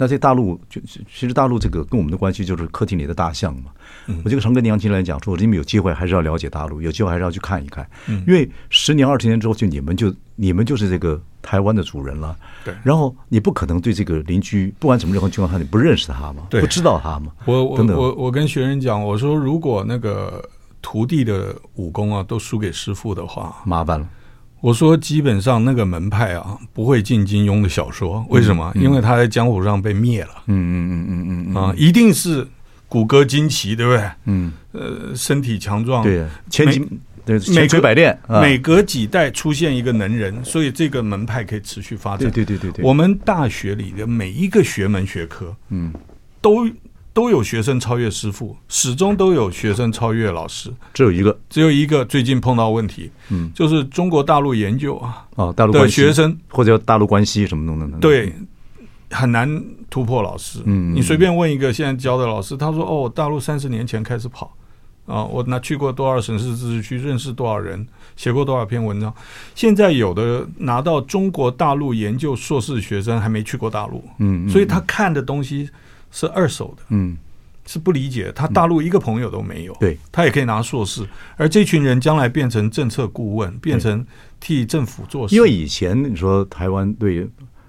[SPEAKER 1] 那对大陆，就其实大陆这个跟我们的关系就是客厅里的大象嘛。
[SPEAKER 2] 嗯
[SPEAKER 1] 我就跟常跟娘亲来讲说，你们有机会还是要了解大陆，有机会还是要去看一看，
[SPEAKER 2] 嗯
[SPEAKER 1] 因为十年二十年之后，就你们就你们就是这个台湾的主人了。
[SPEAKER 2] 对
[SPEAKER 1] 然后你不可能对这个邻居，不管什么任何情况下，你不认识他嘛，
[SPEAKER 2] 对
[SPEAKER 1] 不知道他嘛，
[SPEAKER 2] 我我
[SPEAKER 1] 等等
[SPEAKER 2] 我我跟学生讲，我说如果那个徒弟的武功啊都输给师傅的话，
[SPEAKER 1] 麻烦了。
[SPEAKER 2] 我说基本上那个门派啊不会进金庸的小说，为什么？因为他在江湖上被灭了
[SPEAKER 1] 嗯嗯嗯嗯嗯嗯嗯
[SPEAKER 2] 啊，一定是骨骼惊奇，对不对？
[SPEAKER 1] 嗯。
[SPEAKER 2] 呃，身体强壮，
[SPEAKER 1] 对，千金对
[SPEAKER 2] 每
[SPEAKER 1] 千锤
[SPEAKER 2] 个
[SPEAKER 1] 百炼啊，
[SPEAKER 2] 每隔几代出现一个能人，所以这个门派可以持续发展。
[SPEAKER 1] 啊对对对对对
[SPEAKER 2] 我们大学里的每一个学门学科，嗯，都都有学生超越师傅，始终都有学生超越老师。
[SPEAKER 1] 只有一个
[SPEAKER 2] 只有一个最近碰到问题，
[SPEAKER 1] 嗯，
[SPEAKER 2] 就是中国大陆研究啊
[SPEAKER 1] 哦，大陆
[SPEAKER 2] 的
[SPEAKER 1] 关系
[SPEAKER 2] 学生，
[SPEAKER 1] 或者叫大陆关系什么等等等，
[SPEAKER 2] 对，很难突破老师。
[SPEAKER 1] 嗯嗯
[SPEAKER 2] 你随便问一个现在教的老师，他说：“哦，大陆三十年前开始跑啊，我那去过多少省市自治区，认识多少人，写过多少篇文章。”现在有的拿到中国大陆研究硕士学生还没去过大陆，
[SPEAKER 1] 嗯，嗯
[SPEAKER 2] 所以他看的东西是二手的。
[SPEAKER 1] 嗯
[SPEAKER 2] 是不理解，他大陆一个朋友都没有，
[SPEAKER 1] 对
[SPEAKER 2] 他也可以拿硕士，而这群人将来变成政策顾问，变成替政府做事，
[SPEAKER 1] 因为以前你说台湾对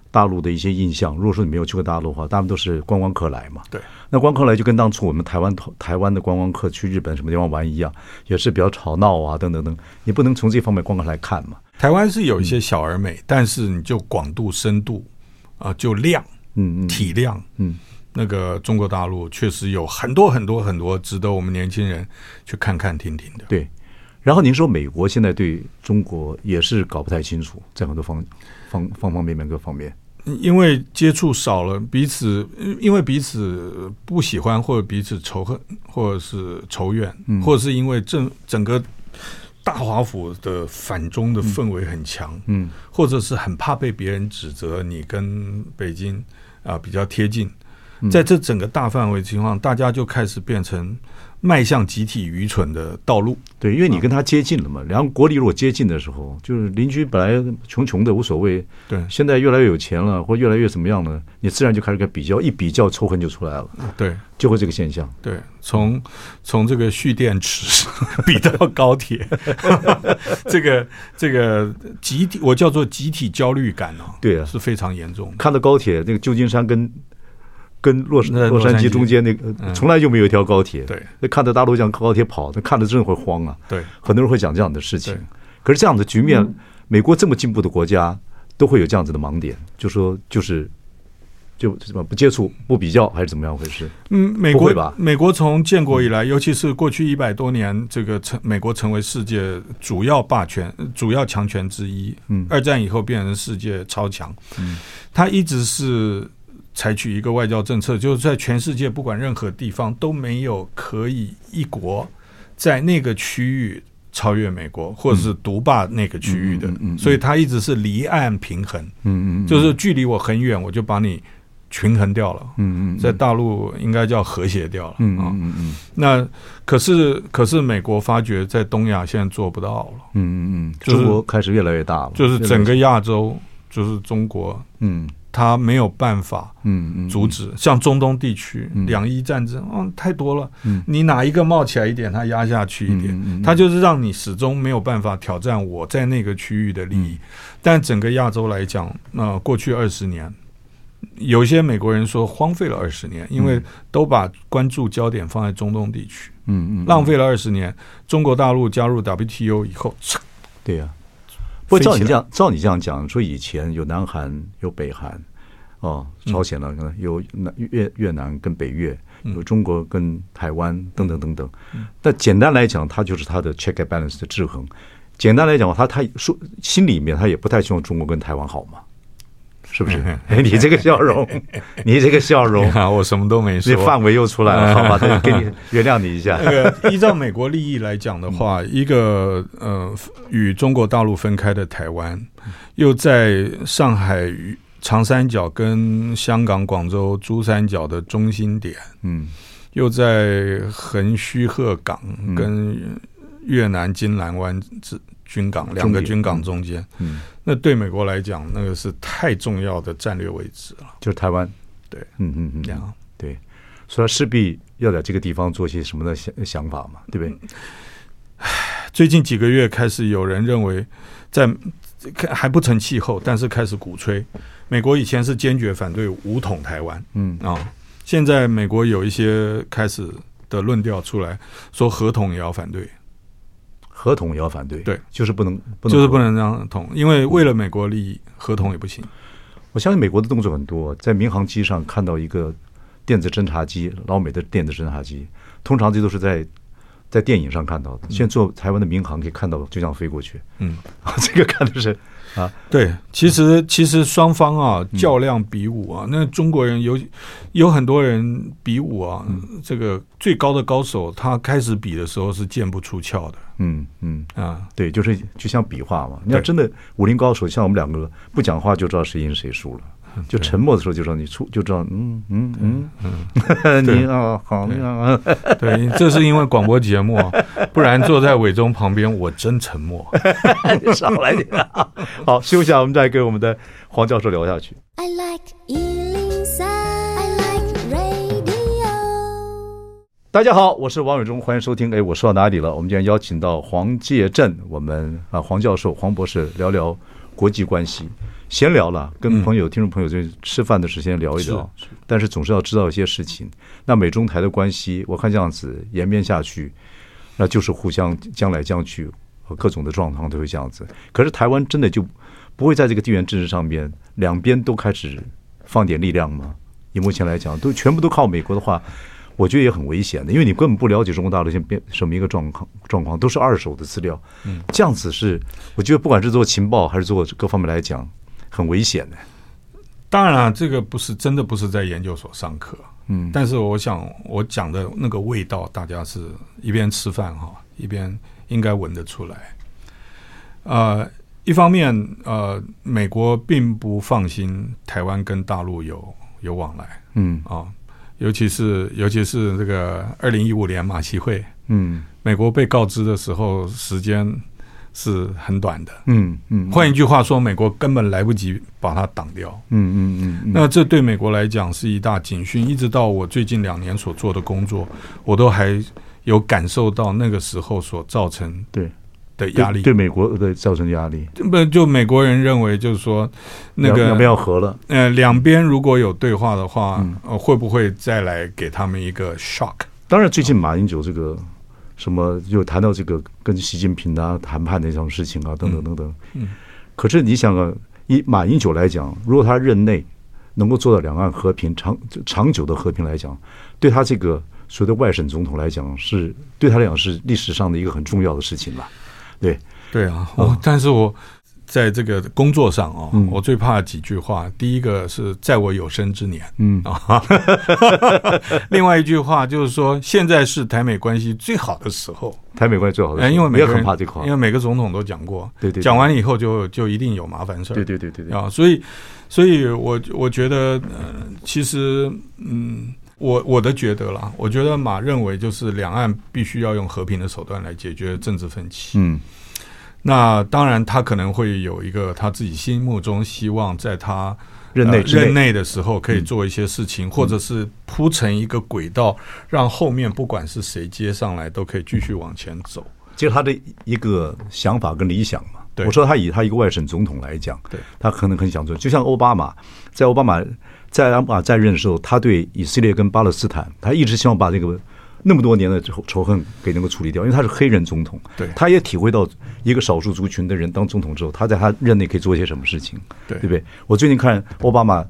[SPEAKER 1] 大陆的一些印象，如果说你没有去过大陆的话，大部分都是观光客来嘛。
[SPEAKER 2] 对
[SPEAKER 1] 那观光客来就跟当初我们台湾台湾的观光客去日本什么地方玩一样，也是比较吵闹啊等等等，你不能从这方面观光来看嘛。
[SPEAKER 2] 台湾是有一
[SPEAKER 1] 嗯
[SPEAKER 2] 些小而美，但是你就广度、深度啊、就量、
[SPEAKER 1] 嗯嗯
[SPEAKER 2] 体量，
[SPEAKER 1] 嗯，
[SPEAKER 2] 那个中国大陆确实有很多很多很多值得我们年轻人去看看、听听的。
[SPEAKER 1] 对。然后您说美国现在对中国也是搞不太清楚，在很多方方方方面面各方面，
[SPEAKER 2] 因为接触少了，彼此因为彼此不喜欢，或者彼此仇恨，或者是仇怨，
[SPEAKER 1] 嗯
[SPEAKER 2] 或者是因为政整个大华府的反中的氛围很强，
[SPEAKER 1] 嗯
[SPEAKER 2] 或者是很怕被别人指责你跟北京啊、比较贴近，
[SPEAKER 1] 嗯
[SPEAKER 2] 在这整个大范围情况，大家就开始变成迈向集体愚蠢的道路。
[SPEAKER 1] 对，因为
[SPEAKER 2] 啊
[SPEAKER 1] 你跟他接近了嘛，两个国力如果接近的时候，就是邻居本来穷穷的无所谓，
[SPEAKER 2] 对
[SPEAKER 1] 现在越来越有钱了，或越来越怎么样了，你自然就开始跟比较，一比较仇恨就出来了，
[SPEAKER 2] 对，
[SPEAKER 1] 就会这个现象。
[SPEAKER 2] 对，从从这个蓄电池 比到高铁， 这个这个集体，我叫做集体焦虑感哦，
[SPEAKER 1] 对啊
[SPEAKER 2] 是非常严重的。
[SPEAKER 1] 看到高铁那个旧金山跟跟洛杉
[SPEAKER 2] 那
[SPEAKER 1] 洛杉
[SPEAKER 2] 洛杉
[SPEAKER 1] 矶
[SPEAKER 2] 矶嗯
[SPEAKER 1] 中间那个，呃从来就没有一条高铁。
[SPEAKER 2] 对，
[SPEAKER 1] 那看到大陆这样高铁跑，那看着真的会慌啊。
[SPEAKER 2] 对
[SPEAKER 1] 很多人会讲这样的事情
[SPEAKER 2] 对。
[SPEAKER 1] 可是这样的局面，美国这么进步的国家都会有这样子的盲点，就说就是就怎么不接触、不比较，还是怎么样回事？
[SPEAKER 2] 嗯，美
[SPEAKER 1] 不
[SPEAKER 2] 国
[SPEAKER 1] 会吧嗯
[SPEAKER 2] 美国从建国以来，尤其是过去一百多年，这个成美国成为世界主要霸权、主要强权之一。
[SPEAKER 1] 嗯
[SPEAKER 2] 二战以后变成世界超强。
[SPEAKER 1] 嗯，
[SPEAKER 2] 它一直是采取一个外交政策，就是在全世界不管任何地方都没有可以一国在那个区域超越美国，或者是独霸那个区域的。
[SPEAKER 1] 嗯嗯嗯嗯
[SPEAKER 2] 所以它一直是离岸平衡，
[SPEAKER 1] 嗯嗯，
[SPEAKER 2] 就是距离我很远，我就把你平衡掉了。
[SPEAKER 1] 嗯嗯，
[SPEAKER 2] 在大陆应该叫和谐掉了。
[SPEAKER 1] 嗯
[SPEAKER 2] 啊
[SPEAKER 1] 嗯嗯嗯
[SPEAKER 2] 那可是可是美国发觉在东亚现在做不到了，
[SPEAKER 1] 嗯嗯，中国开始越来越大了，
[SPEAKER 2] 就是整个亚洲，就是中国，
[SPEAKER 1] 嗯
[SPEAKER 2] 它没有办法
[SPEAKER 1] 嗯嗯
[SPEAKER 2] 阻止。像中东地区
[SPEAKER 1] 嗯
[SPEAKER 2] 两伊战争，嗯，太多了
[SPEAKER 1] 嗯，
[SPEAKER 2] 你哪一个冒起来一点，它压下去一点。
[SPEAKER 1] 点
[SPEAKER 2] 它就是让你始终没有办法挑战我在那个区域的利益，但整个亚洲来讲，那、过去二十年，有些美国人说荒废了二十年，因为都把关注焦点放在中东地区，
[SPEAKER 1] 嗯嗯
[SPEAKER 2] 浪费了二十年。中国大陆加入 WTO 以后，
[SPEAKER 1] 对呀、不过照你
[SPEAKER 2] 飞起来
[SPEAKER 1] 这样，照你这样讲，说以前有南韩，有北韩，哦，朝鲜了，可能有南越越南跟北越，
[SPEAKER 2] 嗯
[SPEAKER 1] 有中国跟台湾等等等等。但简单来讲，它就是它的 check and balance 的制衡。简单来讲，他他说心里面他也不太希望中国跟台湾好嘛，是不是？哎 你这个笑 容，你这个笑容，
[SPEAKER 2] 啊，我什么都没
[SPEAKER 1] 这
[SPEAKER 2] 嗯说。
[SPEAKER 1] 范围又出来了，好 吧？这给你原谅你一下。
[SPEAKER 2] 那个依照美国利益来讲的话，
[SPEAKER 1] 嗯
[SPEAKER 2] 一个呃与中国大陆分开的台湾，
[SPEAKER 1] 嗯
[SPEAKER 2] 又在上海与长三角跟香港、广州珠三角的中心点，
[SPEAKER 1] 嗯
[SPEAKER 2] 又在横须贺港
[SPEAKER 1] 嗯
[SPEAKER 2] 跟越南金兰湾之军港两个军港中间，
[SPEAKER 1] 嗯，
[SPEAKER 2] 那对美国来讲，那个是太重要的战略位置了。
[SPEAKER 1] 就是台湾。
[SPEAKER 2] 对，
[SPEAKER 1] 嗯嗯嗯
[SPEAKER 2] 这。样，
[SPEAKER 1] 对，所以他势必要在这个地方做些什么的想想法嘛，对不
[SPEAKER 2] 嗯
[SPEAKER 1] 对？
[SPEAKER 2] 最近几个月开始有人认为在。还不成气候，但是开始鼓吹。美国以前是坚决反对武统台湾
[SPEAKER 1] 嗯
[SPEAKER 2] 啊、现在美国有一些开始的论调出来，说合统也要反对，
[SPEAKER 1] 合同也要反对，
[SPEAKER 2] 对，
[SPEAKER 1] 就是不能，不能，
[SPEAKER 2] 就是不。能让统，因为为了美国利益，合统也不行。
[SPEAKER 1] 我相信美国的动作很多，在民航机上看到一个电子侦察机，老美的电子侦察机，通常这都是在在电影上看到的。现在做台湾的民航可以看到，就这样飞过去，
[SPEAKER 2] 嗯，
[SPEAKER 1] 啊，这个看的是啊，
[SPEAKER 2] 对，其实其实双方啊
[SPEAKER 1] 嗯
[SPEAKER 2] 较量比武啊，那中国人有有很多人比武啊，
[SPEAKER 1] 嗯
[SPEAKER 2] 这个最高的高手他开始比的时候是剑不出鞘的
[SPEAKER 1] 嗯嗯。
[SPEAKER 2] 啊，
[SPEAKER 1] 对，就是就像比划嘛。你要
[SPEAKER 2] 对
[SPEAKER 1] 真的武林高手，像我们两个不讲话就知道谁赢谁输了，
[SPEAKER 2] 嗯
[SPEAKER 1] 就沉默的时候就知道你出就知道，嗯嗯嗯，
[SPEAKER 2] 对
[SPEAKER 1] 你啊好啊，
[SPEAKER 2] 对，这是因为广播节目啊，不然坐在伟忠旁边我真沉默。
[SPEAKER 1] 少来点啊。好，休息一下，我们再跟我们的黄教授聊下去。
[SPEAKER 3] I like Ealing Sound. I like radio.
[SPEAKER 1] 大家好，我是王伟忠，欢迎收听。哎，我说到哪里了？我们今天邀请到黄介正，我们啊黄教授、黄博士聊聊国际关系，闲聊了，跟朋友、听众朋友就吃饭的时间聊一聊。
[SPEAKER 2] 是是
[SPEAKER 1] 但是总是要知道一些事情。那美中台的关系，我看这样子延绵下去，那就是互相将来将去，呃各种的状况都会这样子。可是台湾真的就不会在这个地缘政治上面，两边都开始放点力量吗？以目前来讲，都全部都靠美国的话，我觉得也很危险的，因为你根本不了解中国大陆现在变什么一个状况，状况都是二手的资料。嗯，这样子是，我觉得不管是做情报还是做各方面来讲，很危险的。
[SPEAKER 2] 当然了、啊这个不是真的不是在研究所上课，
[SPEAKER 1] 嗯
[SPEAKER 2] 但是我想我讲的那个味道，大家是一边吃饭哈，一边应该闻得出来。呃，一方面，呃，美国并不放心台湾跟大陆有有往来
[SPEAKER 1] 嗯
[SPEAKER 2] 啊，尤其是尤其是这个二零一五年马习会，
[SPEAKER 1] 嗯
[SPEAKER 2] 美国被告知的时候，时间是很短的。
[SPEAKER 1] 嗯嗯，
[SPEAKER 2] 换一句话说，美国根本来不及把它挡掉。
[SPEAKER 1] 嗯嗯嗯，
[SPEAKER 2] 那这对美国来讲是一大警讯，一直到我最近两年所做的工作，我都还有感受到那个时候所造成
[SPEAKER 1] 对
[SPEAKER 2] 的压力。
[SPEAKER 1] 对美国的造成压力，
[SPEAKER 2] 不就美国人认为就是说，那
[SPEAKER 1] 两两边
[SPEAKER 2] 个
[SPEAKER 1] 要和了，
[SPEAKER 2] 呃两边如果有对话的话
[SPEAKER 1] 嗯，
[SPEAKER 2] 呃会不会再来给他们一个 shock？
[SPEAKER 1] 当然最近马英九这个什么又谈到这个跟习近平啊谈判那种事情啊等等等等，
[SPEAKER 2] 嗯，
[SPEAKER 1] 可是你想啊，以马英九来讲，如果他任内能够做到两岸和平长长久的和平来讲，对他这个所谓的外省总统来讲，是对他来讲是历史上的一个很重要的事情了。对，
[SPEAKER 2] 对啊，我、但是我在这个工作上啊、
[SPEAKER 1] 嗯
[SPEAKER 2] 我最怕几句话。第一个是在我有生之年
[SPEAKER 1] 嗯
[SPEAKER 2] 啊， 另外一句话就是说，现在是台美关系最好的时候，
[SPEAKER 1] 台美关系最好的时
[SPEAKER 2] 哎
[SPEAKER 1] 候，
[SPEAKER 2] 因为每
[SPEAKER 1] 我也
[SPEAKER 2] 个人
[SPEAKER 1] 很怕这块
[SPEAKER 2] 因。为每个总统都讲过，
[SPEAKER 1] 对对对
[SPEAKER 2] 讲完了以后就就一定有麻烦事儿，
[SPEAKER 1] 对对对对对，
[SPEAKER 2] 啊，所以，所以我我觉得，呃，其实，嗯，我我的觉得啦，我觉得马认为就是两岸必须要用和平的手段来解决政治分歧。
[SPEAKER 1] 嗯
[SPEAKER 2] 那当然，他可能会有一个他自己心目中希望在他
[SPEAKER 1] 任内
[SPEAKER 2] 呃
[SPEAKER 1] 之内嗯
[SPEAKER 2] 任内的时候可以做一些事情，或者是铺成一个轨道，让后面不管是谁接上来，都可以继续往前走。
[SPEAKER 1] 这是他的一个想法跟理想嘛。
[SPEAKER 2] 对
[SPEAKER 1] 我说他以他一个外省总统来讲，
[SPEAKER 2] 对
[SPEAKER 1] 他可能很想做，就像奥巴马，在奥巴马在奥巴马在任的时候，他对以色列跟巴勒斯坦，他一直希望把这个那么多年的仇仇恨给能够处理掉，因为他是黑人总统，
[SPEAKER 2] 对
[SPEAKER 1] 他也体会到一个少数族群的人当总统之后，他在他任内可以做一些什么事情，
[SPEAKER 2] 对
[SPEAKER 1] 对不对？我最近看奥巴马。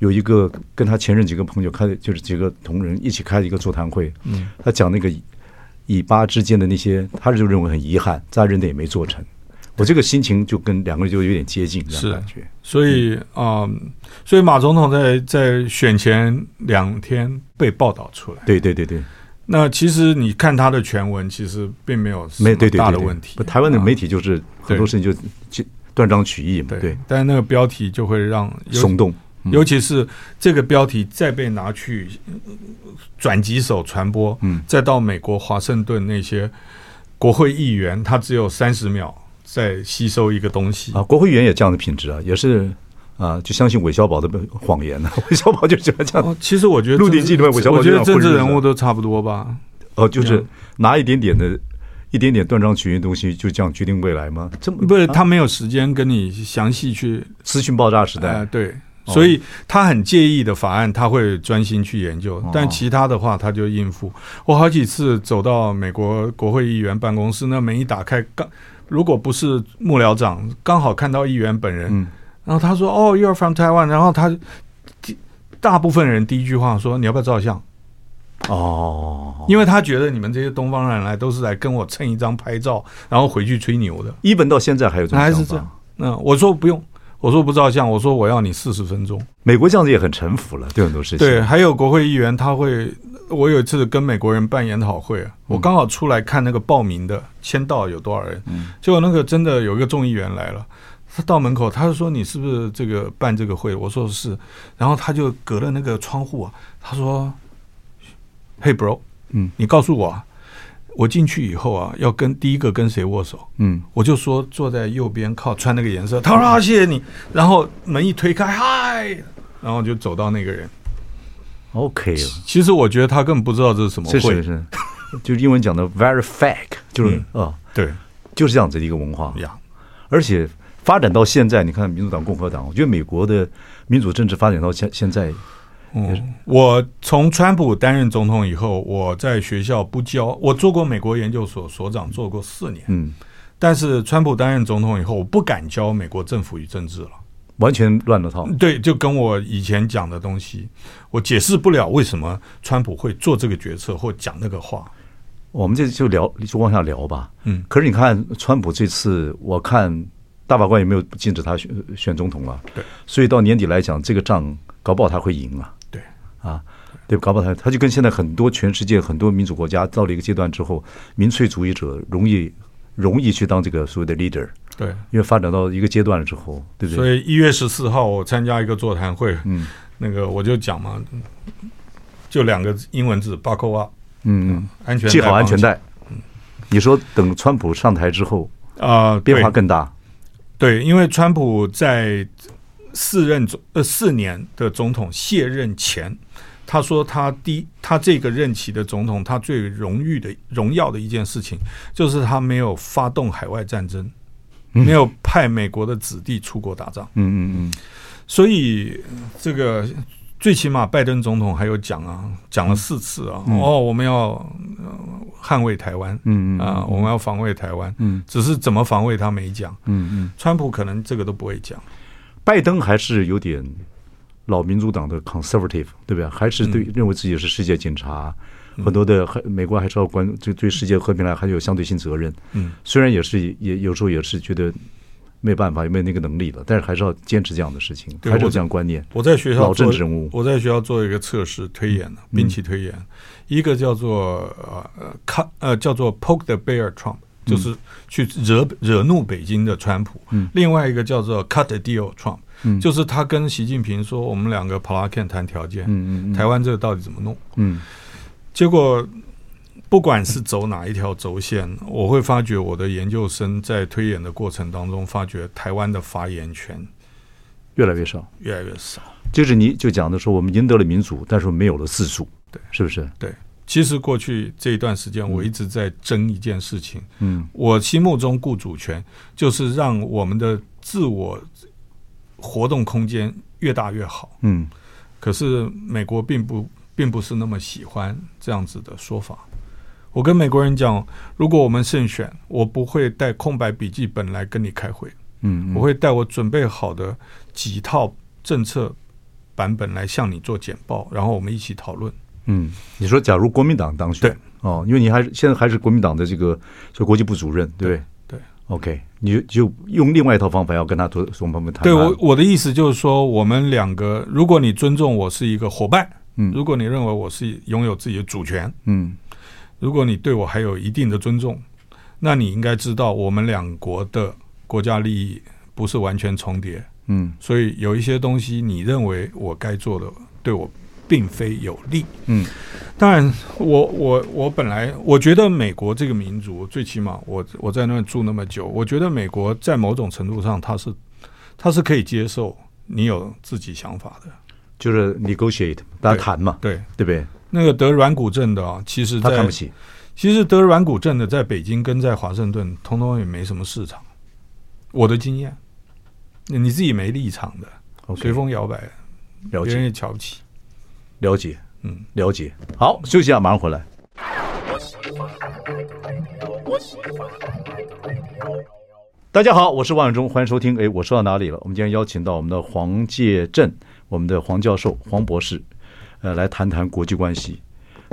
[SPEAKER 1] 有一个跟他前任几个朋友开的，就是几个同仁一起开的一个座谈会，嗯，他讲那个以巴之间的那些，他就认为很遗憾，在任内也没做成。我这个心情就跟两个人就有点接近，这
[SPEAKER 2] 是
[SPEAKER 1] 样感觉。
[SPEAKER 2] 所以啊、嗯所以马总统在在选前两天被报道出来。
[SPEAKER 1] 对对对对，
[SPEAKER 2] 那其实你看他的全文，其实并没有什
[SPEAKER 1] 没
[SPEAKER 2] 么
[SPEAKER 1] 对对对
[SPEAKER 2] 大
[SPEAKER 1] 对
[SPEAKER 2] 的问题啊
[SPEAKER 1] 不。台湾的媒
[SPEAKER 2] 体
[SPEAKER 1] 体就是很多事情就就断章取义嘛，对，嗯
[SPEAKER 2] 但是那个标题就会让尤
[SPEAKER 1] 耸动。
[SPEAKER 2] 尤其是这个标题再被拿去嗯转几手传播，
[SPEAKER 1] 嗯
[SPEAKER 2] 再到美国华盛顿那些国会议员，他只有三十秒在吸收一个东西
[SPEAKER 1] 啊，国会议员也这样的品质啊，也是啊，就相信韦小宝的谎言呢、啊 韦小宝就喜欢这样，
[SPEAKER 2] 哦，其实我觉得
[SPEAKER 1] 鹿鼎
[SPEAKER 2] 政治
[SPEAKER 1] 记里面我想
[SPEAKER 2] 我觉得
[SPEAKER 1] 我觉得
[SPEAKER 2] 政治
[SPEAKER 1] 混日子
[SPEAKER 2] 人物都差不多吧。
[SPEAKER 1] 哦、就是拿一点点的、一点点断章取义的东西，就这样决定未来吗？这么啊
[SPEAKER 2] 不是，他没有时间跟你详细去
[SPEAKER 1] 资讯爆炸时代，
[SPEAKER 2] 呃，对，
[SPEAKER 1] 哦
[SPEAKER 2] 所以他很介意的法案，他会专心去研究
[SPEAKER 1] 哦，
[SPEAKER 2] 但其他的话他就应付。我好几次走到美国国会议员办公室，那门一打开，刚如果不是幕僚长，刚好看到议员本人，
[SPEAKER 1] 嗯，
[SPEAKER 2] 然后他说：“哦，You're from Taiwan。”然后他第大部分人第一句话说：“你要不要照相？”
[SPEAKER 1] 哦，
[SPEAKER 2] 因为他觉得你们这些东方人来都是来跟我蹭一张拍照，然后回去吹牛的。
[SPEAKER 1] 一本到现在还有这种
[SPEAKER 2] 还
[SPEAKER 1] 想
[SPEAKER 2] 是
[SPEAKER 1] 法，
[SPEAKER 2] 这样那我说不用，我说不照相，我说我要你四十分钟。
[SPEAKER 1] 美国这样子也很臣服了，对很多事情，
[SPEAKER 2] 对，啊还有国会议员，他会，我有一次跟美国人办研讨会，啊我刚好出来看那个报名的签到有多少人，结果那个真的有一个众议员来了。他到门口，他就说：“你是不是这个办这个会？”我说：“是。”然后他就隔了那个窗户啊，他说：“Hey bro，
[SPEAKER 1] 嗯
[SPEAKER 2] 你告诉我啊，我进去以后啊，要跟第一个跟谁握手？
[SPEAKER 1] 嗯，
[SPEAKER 2] 我就说坐在右边靠，穿那个颜色。他说啊，谢谢你。然后门一推开，嗨，然后就走到那个人。
[SPEAKER 1] OK 了，
[SPEAKER 2] 其实我觉得他根本不知道这是什么
[SPEAKER 1] 这
[SPEAKER 2] 会
[SPEAKER 1] 是，是，就是英文讲的 very fake，就是啊、
[SPEAKER 2] 对
[SPEAKER 1] 就是这样子的一个文化。
[SPEAKER 2] 呀，
[SPEAKER 1] 而且发展到现在，你看民主党、共和党，我觉得美国的民主政治发展到现现在，
[SPEAKER 2] 嗯，我从川普担任总统以后，我在学校不教，我做过美国研究所所长，做过四年。
[SPEAKER 1] 嗯，
[SPEAKER 2] 但是川普担任总统以后，我不敢教美国政府与政治了。
[SPEAKER 1] 完全乱了套。
[SPEAKER 2] 对，就跟我以前讲的东西，我解释不了为什么川普会做这个决策或讲那个话。
[SPEAKER 1] 我们这就聊，就往下聊吧。
[SPEAKER 2] 嗯
[SPEAKER 1] 可是你看，川普这次，我看大法官也没有禁止他选选总统了。
[SPEAKER 2] 对，
[SPEAKER 1] 所以到年底来讲，这个仗搞不好他会赢啊。
[SPEAKER 2] 对，
[SPEAKER 1] 啊，对，搞不好他他就跟现在很多全世界很多民主国家到了一个阶段之后，民粹主义者容易容易去当这个所谓的 leader，
[SPEAKER 2] 对，
[SPEAKER 1] 因为发展到一个阶段了之后，对不对？
[SPEAKER 2] 所以一月十四号我参加一个座谈会，
[SPEAKER 1] 嗯
[SPEAKER 2] 那个我就讲嘛，就两个英文字 “buckle up”，
[SPEAKER 1] 嗯，
[SPEAKER 2] 安全
[SPEAKER 1] 系好安全带。
[SPEAKER 2] 嗯
[SPEAKER 1] 你说等川普上台之后
[SPEAKER 2] 啊，对
[SPEAKER 1] 变化更大，
[SPEAKER 2] 对，因为川普在四任总呃四年的总统卸任前，他说他第他这个任期的总统，他最荣誉的荣耀的一件事情，就是他没有发动海外战争，
[SPEAKER 1] 嗯
[SPEAKER 2] 没有派美国的子弟出国打仗。
[SPEAKER 1] 嗯嗯嗯，
[SPEAKER 2] 所以这个最起码拜登总统还有讲啊，讲
[SPEAKER 1] 嗯
[SPEAKER 2] 了四次啊，哦，我们要、呃捍卫台湾，
[SPEAKER 1] 嗯嗯
[SPEAKER 2] 啊，我们要防卫台湾，
[SPEAKER 1] 嗯，
[SPEAKER 2] 只是怎么防卫他没讲，
[SPEAKER 1] 嗯嗯，
[SPEAKER 2] 川普可能这个都不会讲，
[SPEAKER 1] 拜登还是有点老民主党的 conservative，对不对？还是
[SPEAKER 2] 嗯
[SPEAKER 1] 对认为自己是世界警察，很多的还美国还是要关对对世界和平来还有相对性责任。
[SPEAKER 2] 嗯，
[SPEAKER 1] 虽然也是也有时候也是觉得没办法，也没有那个能力了，但是还是要坚持这样的事情，
[SPEAKER 2] 对
[SPEAKER 1] 还是有
[SPEAKER 2] 我
[SPEAKER 1] 这样观念。
[SPEAKER 2] 我在学校
[SPEAKER 1] 老
[SPEAKER 2] 做
[SPEAKER 1] 政治人物嗯
[SPEAKER 2] 我在学校做一个测试推演的兵器推演，一个叫做呃呃看呃叫做 poke the bear Trump，就是去惹惹怒北京的川普；
[SPEAKER 1] 嗯
[SPEAKER 2] 另外一个叫做 cut the deal Trump，、
[SPEAKER 1] 嗯
[SPEAKER 2] 就是他跟习近平说我们两个 p l a c a n 谈条件，
[SPEAKER 1] 嗯嗯
[SPEAKER 2] 台湾这个到底怎么弄？
[SPEAKER 1] 嗯
[SPEAKER 2] 结果不管是走哪一条轴线，我会发觉我的研究生在推演的过程当中，发觉台湾的发言权
[SPEAKER 1] 嗯，越来越少。
[SPEAKER 2] 越来越少。
[SPEAKER 1] 就是你就讲的说，我们赢得了民主，但是我们没有了自主，
[SPEAKER 2] 对，
[SPEAKER 1] 是不是？
[SPEAKER 2] 对，其实过去这一段时间，我一直在争一件事情。
[SPEAKER 1] 嗯
[SPEAKER 2] 我心目中雇主权就是让我们的自我活动空间越大越好。
[SPEAKER 1] 嗯
[SPEAKER 2] 可是美国并不并不是那么喜欢这样子的说法。我跟美国人讲，如果我们胜选，我不会带空白笔记本来跟你开会，
[SPEAKER 1] 嗯，
[SPEAKER 2] 我会带我准备好的几套政策版本来向你做简报，然后我们一起讨论。
[SPEAKER 1] 嗯，你说假如国民党当选，
[SPEAKER 2] 对
[SPEAKER 1] 哦，因为你还是现在还是国民党的这个就国际部主任，对不对
[SPEAKER 2] 对。
[SPEAKER 1] ？OK，你就就用另外一套方法要跟他做我们谈判。啊
[SPEAKER 2] 对我我的意思就是说，我们两个，如果你尊重我是一个伙伴，
[SPEAKER 1] 嗯
[SPEAKER 2] 如果你认为我是拥有自己的主权，
[SPEAKER 1] 嗯
[SPEAKER 2] 如果你对我还有一定的尊重，那你应该知道我们两国的国家利益不是完全重叠，
[SPEAKER 1] 嗯
[SPEAKER 2] 所以有一些东西你认为我该做的，对我并非有利。
[SPEAKER 1] 嗯
[SPEAKER 2] 当然，我我我本来我觉得美国这个民族，最起码我我在那住那么久，我觉得美国在某种程度上，它是它是可以接受你有自己想法的。
[SPEAKER 1] 就是 negotiate，大家谈嘛，
[SPEAKER 2] 对，
[SPEAKER 1] 对不对？
[SPEAKER 2] 那个得软骨症的啊，其实
[SPEAKER 1] 他
[SPEAKER 2] 在
[SPEAKER 1] 看不起，
[SPEAKER 2] 其实得软骨症的，在北京跟在华盛顿，通通也没什么市场。我的经验，你自己没立场的，
[SPEAKER 1] OK，
[SPEAKER 2] 随风摇摆，
[SPEAKER 1] 了
[SPEAKER 2] 别人
[SPEAKER 1] 解
[SPEAKER 2] 也瞧不起。
[SPEAKER 1] 了解
[SPEAKER 2] 嗯，
[SPEAKER 1] 了解。好，休息一下，马上回来。大家好，我是王永忠，欢迎收听。哎，我说到哪里了？我们今天邀请到我们的黄介正，我们的黄教授、黄博士，呃，来谈谈国际关系。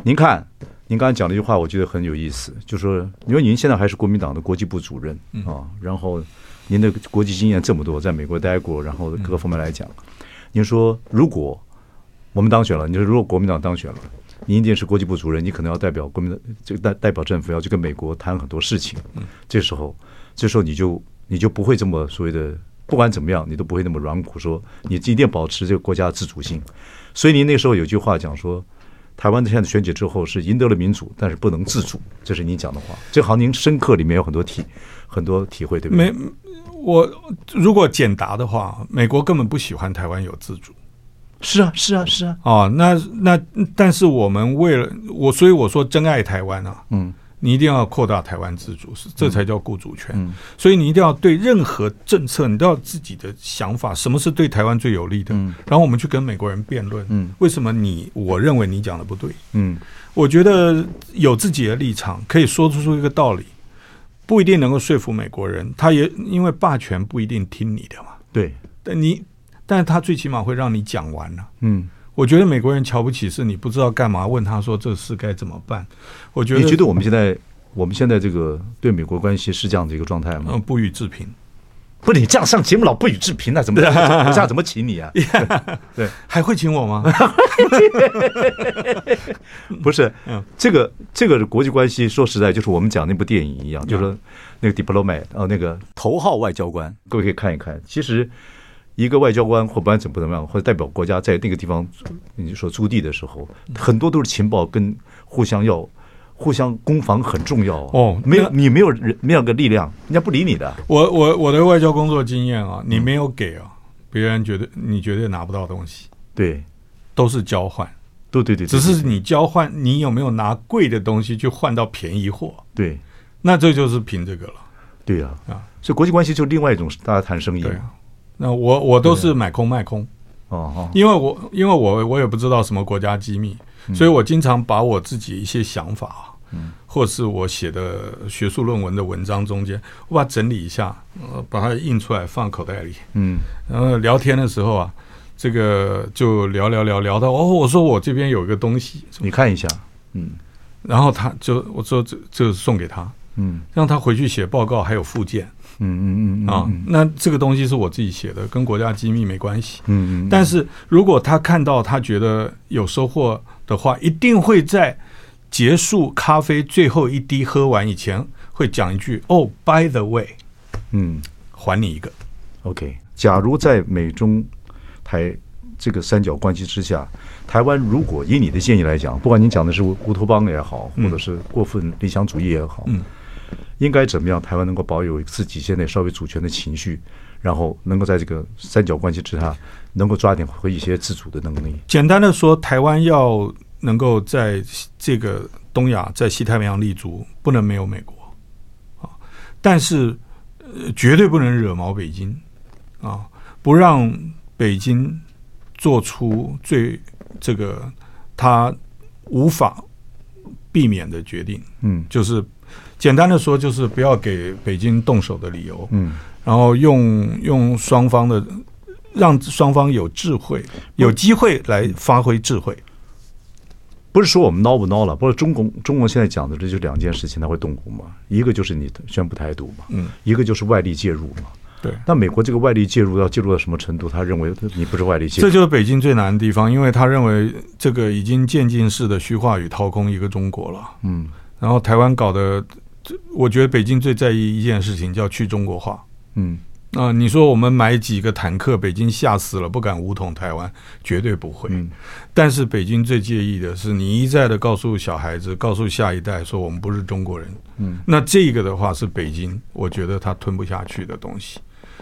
[SPEAKER 1] 您看，您刚才讲了一句话，我觉得很有意思，就说，因为您现在还是国民党的国际部主任啊，然后您的国际经验这么多，在美国待过，然后各个方面来讲，您说如果我们当选了，你说如果国民党当选了，你一定是国际部主任，你可能要代表国民党，这个代代表政府要去跟美国谈很多事情。这时候，这时候你就你就不会这么所谓的，不管怎么样，你都不会那么软骨，说你一定要保持这个国家的自主性。所以您那时候有句话讲说，台湾的现在选举之后是赢得了民主，但是不能自主，这是您讲的话。这好像您深刻里面有很多体很多体会，对不对？
[SPEAKER 2] 没，我如果简答的话，美国根本不喜欢台湾有自主
[SPEAKER 1] 是啊，是啊，是啊，
[SPEAKER 2] 啊。那那，但是我们为了我，所以我说珍爱台湾啊，
[SPEAKER 1] 嗯
[SPEAKER 2] 你一定要扩大台湾自主，是这才叫雇主权。
[SPEAKER 1] 嗯
[SPEAKER 2] 所以你一定要对任何政策，你都要自己的想法，什么是对台湾最有利的，
[SPEAKER 1] 嗯
[SPEAKER 2] 然后我们去跟美国人辩论，
[SPEAKER 1] 嗯
[SPEAKER 2] 为什么你我认为你讲的不对？
[SPEAKER 1] 嗯
[SPEAKER 2] 我觉得有自己的立场，可以说出一个道理，不一定能够说服美国人，他也因为霸权不一定听你的嘛，
[SPEAKER 1] 对，
[SPEAKER 2] 但你，但是他最起码会让你讲完了、
[SPEAKER 1] 嗯，
[SPEAKER 2] 我觉得美国人瞧不起是你不知道干嘛，问他说这事该怎么办？我觉得
[SPEAKER 1] 你觉得我们现在我们现在这个对美国关系是这样的一个状态吗？
[SPEAKER 2] 嗯不予置评。
[SPEAKER 1] 不，你这样上节目老不予置评，啊那怎 么这样怎么请你啊？
[SPEAKER 2] 还会请我吗？
[SPEAKER 1] 不是
[SPEAKER 2] 嗯，
[SPEAKER 1] 这个这个国际关系，说实在就是我们讲那部电影一样，就是说那个 diplomat 呃那个嗯头号外交官，各位可以看一看。其实一个外交官或不管怎么怎么样，或者代表国家在那个地方你所驻地的时候，很多都是情报跟互相要。互相攻防很重要啊
[SPEAKER 2] 哦
[SPEAKER 1] 没有
[SPEAKER 2] 那
[SPEAKER 1] 你没有人没有个力量，人家不理你的。
[SPEAKER 2] 我我我的外交工作经验啊，你没有给啊，别人绝对你绝对拿不到东西，
[SPEAKER 1] 对，
[SPEAKER 2] 都是交换，
[SPEAKER 1] 对对对，
[SPEAKER 2] 只是你交换你有没有拿贵的东西去换到便宜货，
[SPEAKER 1] 对
[SPEAKER 2] 那这就是凭这个了。
[SPEAKER 1] 对啊
[SPEAKER 2] 啊
[SPEAKER 1] 所以国际关系就另外一种大家谈生意
[SPEAKER 2] 对啊，那我我都
[SPEAKER 1] 啊
[SPEAKER 2] 是买空卖空，
[SPEAKER 1] 哦哦，
[SPEAKER 2] 因为我因为我我也不知道什么国家机密，所以我经常把我自己一些想法啊。或是我写的学术论文的文章中间，我把它整理一下，呃，把它印出来放口袋里，
[SPEAKER 1] 嗯
[SPEAKER 2] 然后聊天的时候啊，这个就聊聊聊聊到哦，我说我这边有一个东西，
[SPEAKER 1] 你看一下，嗯
[SPEAKER 2] 然后他就我说这这送给他，
[SPEAKER 1] 嗯
[SPEAKER 2] 让他回去写报告还有附件
[SPEAKER 1] 嗯嗯嗯嗯
[SPEAKER 2] 啊。
[SPEAKER 1] 嗯
[SPEAKER 2] 那这个东西是我自己写的，跟国家机密没关系。
[SPEAKER 1] 嗯嗯，
[SPEAKER 2] 但是如果他看到他觉得有收获的话，一定会在结束咖啡最后一滴喝完以前，会讲一句：“哦，by the way，
[SPEAKER 1] 嗯
[SPEAKER 2] 还你一个。
[SPEAKER 1] OK，假如在美中台这个三角关系之下，台湾如果以你的建议来讲，不管您讲的是乌托邦也好，或者是过分理想主义也好，
[SPEAKER 2] 嗯，
[SPEAKER 1] 应该怎么样，台湾能够保有自己现在稍微主权的情绪，然后能够在这个三角关系之下，能够抓点回一些自主的能力。”
[SPEAKER 2] 简单的说，台湾要能够在这个东亚、在西太平洋立足，不能没有美国啊，但是、呃、绝对不能惹毛北京啊，不让北京做出最这个他无法避免的决定。
[SPEAKER 1] 嗯
[SPEAKER 2] 就是简单的说，就是不要给北京动手的理由，
[SPEAKER 1] 嗯，
[SPEAKER 2] 然后用用双方的，让双方有智慧，有机会来发挥智慧。
[SPEAKER 1] 不是说我们孬不孬了，不是中共中共现在讲的这就两件事情，它会动武嘛，一个就是你宣布台独嘛，
[SPEAKER 2] 嗯，
[SPEAKER 1] 一个就是外力介入嘛。
[SPEAKER 2] 对，
[SPEAKER 1] 那美国这个外力介入要介入到什么程度？他认为你不是外力介
[SPEAKER 2] 这
[SPEAKER 1] 入，
[SPEAKER 2] 就是北京最难的地方，因为他认为这个已经渐进式的虚化与掏空一个中国了。
[SPEAKER 1] 嗯
[SPEAKER 2] 然后台湾搞的，这我觉得北京最在意一件事情叫去中国化。
[SPEAKER 1] 嗯
[SPEAKER 2] 啊、你说我们买几个坦克，北京吓死了，不敢武统台湾，绝对不会。
[SPEAKER 1] 嗯
[SPEAKER 2] 但是北京最介意的是，你一再的告诉小孩子，告诉下一代说我们不是中国人。
[SPEAKER 1] 嗯，
[SPEAKER 2] 那这个的话是北京，我觉得他吞不下去的东西。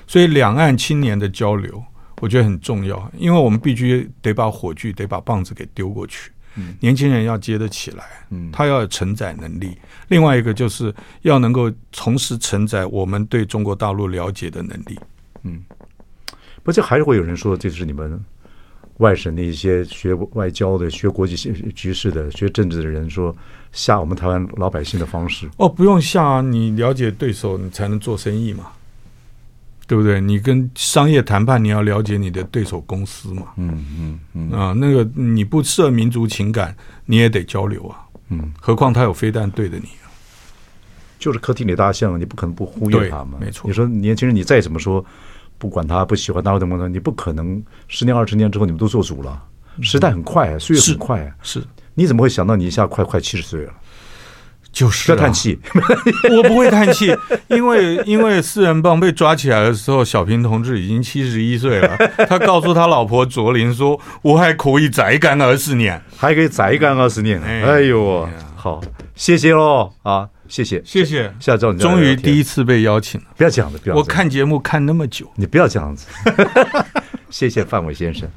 [SPEAKER 2] 所以两岸青年的交流，我觉得很重要，因为我们必须得把火炬、得把棒子给丢过去。
[SPEAKER 1] 嗯
[SPEAKER 2] 年轻人要接得起来，
[SPEAKER 1] 嗯
[SPEAKER 2] 他要有承载能力。另外一个就是要能够同时承载我们对中国大陆了解的能力。
[SPEAKER 1] 嗯。不，这还是会有人说，这是你们外省的一些学外交的、学国际局势的、学政治的人说吓我们台湾老百姓的方式。
[SPEAKER 2] 哦，不用下啊，你了解对手，你才能做生意嘛，对不对？你跟商业谈判，你要了解你的对手公司嘛，
[SPEAKER 1] 嗯嗯嗯
[SPEAKER 2] 啊、那个你不涉民族情感，你也得交流啊，
[SPEAKER 1] 嗯，
[SPEAKER 2] 何况他有飞弹对着你啊、
[SPEAKER 1] 就是客厅里大象，你不可能不忽略
[SPEAKER 2] 对
[SPEAKER 1] 他嘛。
[SPEAKER 2] 没错
[SPEAKER 1] 你说年轻人，你再怎么说，不管他不喜欢他或怎么的，你不可能十年二十年之后你们都做主了。
[SPEAKER 2] 嗯
[SPEAKER 1] 时代很快，岁月
[SPEAKER 2] 是
[SPEAKER 1] 很快，
[SPEAKER 2] 是，
[SPEAKER 1] 你怎么会想到你一下快快七十岁了？
[SPEAKER 2] 就是、啊
[SPEAKER 1] 不要叹，气。
[SPEAKER 2] 我不会叹气，因为因为四人帮被抓起来的时候，小平同志已经七十一岁了，他告诉他老婆卓琳说：“我还可以再干二十年。
[SPEAKER 1] 还可以再干二十年。
[SPEAKER 2] 哎
[SPEAKER 1] 哎呦
[SPEAKER 2] 哎呀，
[SPEAKER 1] 好，谢谢喽啊，谢谢”。
[SPEAKER 2] 谢谢，
[SPEAKER 1] 下周你再来
[SPEAKER 2] 终于
[SPEAKER 1] 聊天
[SPEAKER 2] 第一次被邀请了，
[SPEAKER 1] 不要这样子，不要这
[SPEAKER 2] 我
[SPEAKER 1] 样子
[SPEAKER 2] 看节目看那么久。
[SPEAKER 1] 你不要这样子。谢谢范伟先生。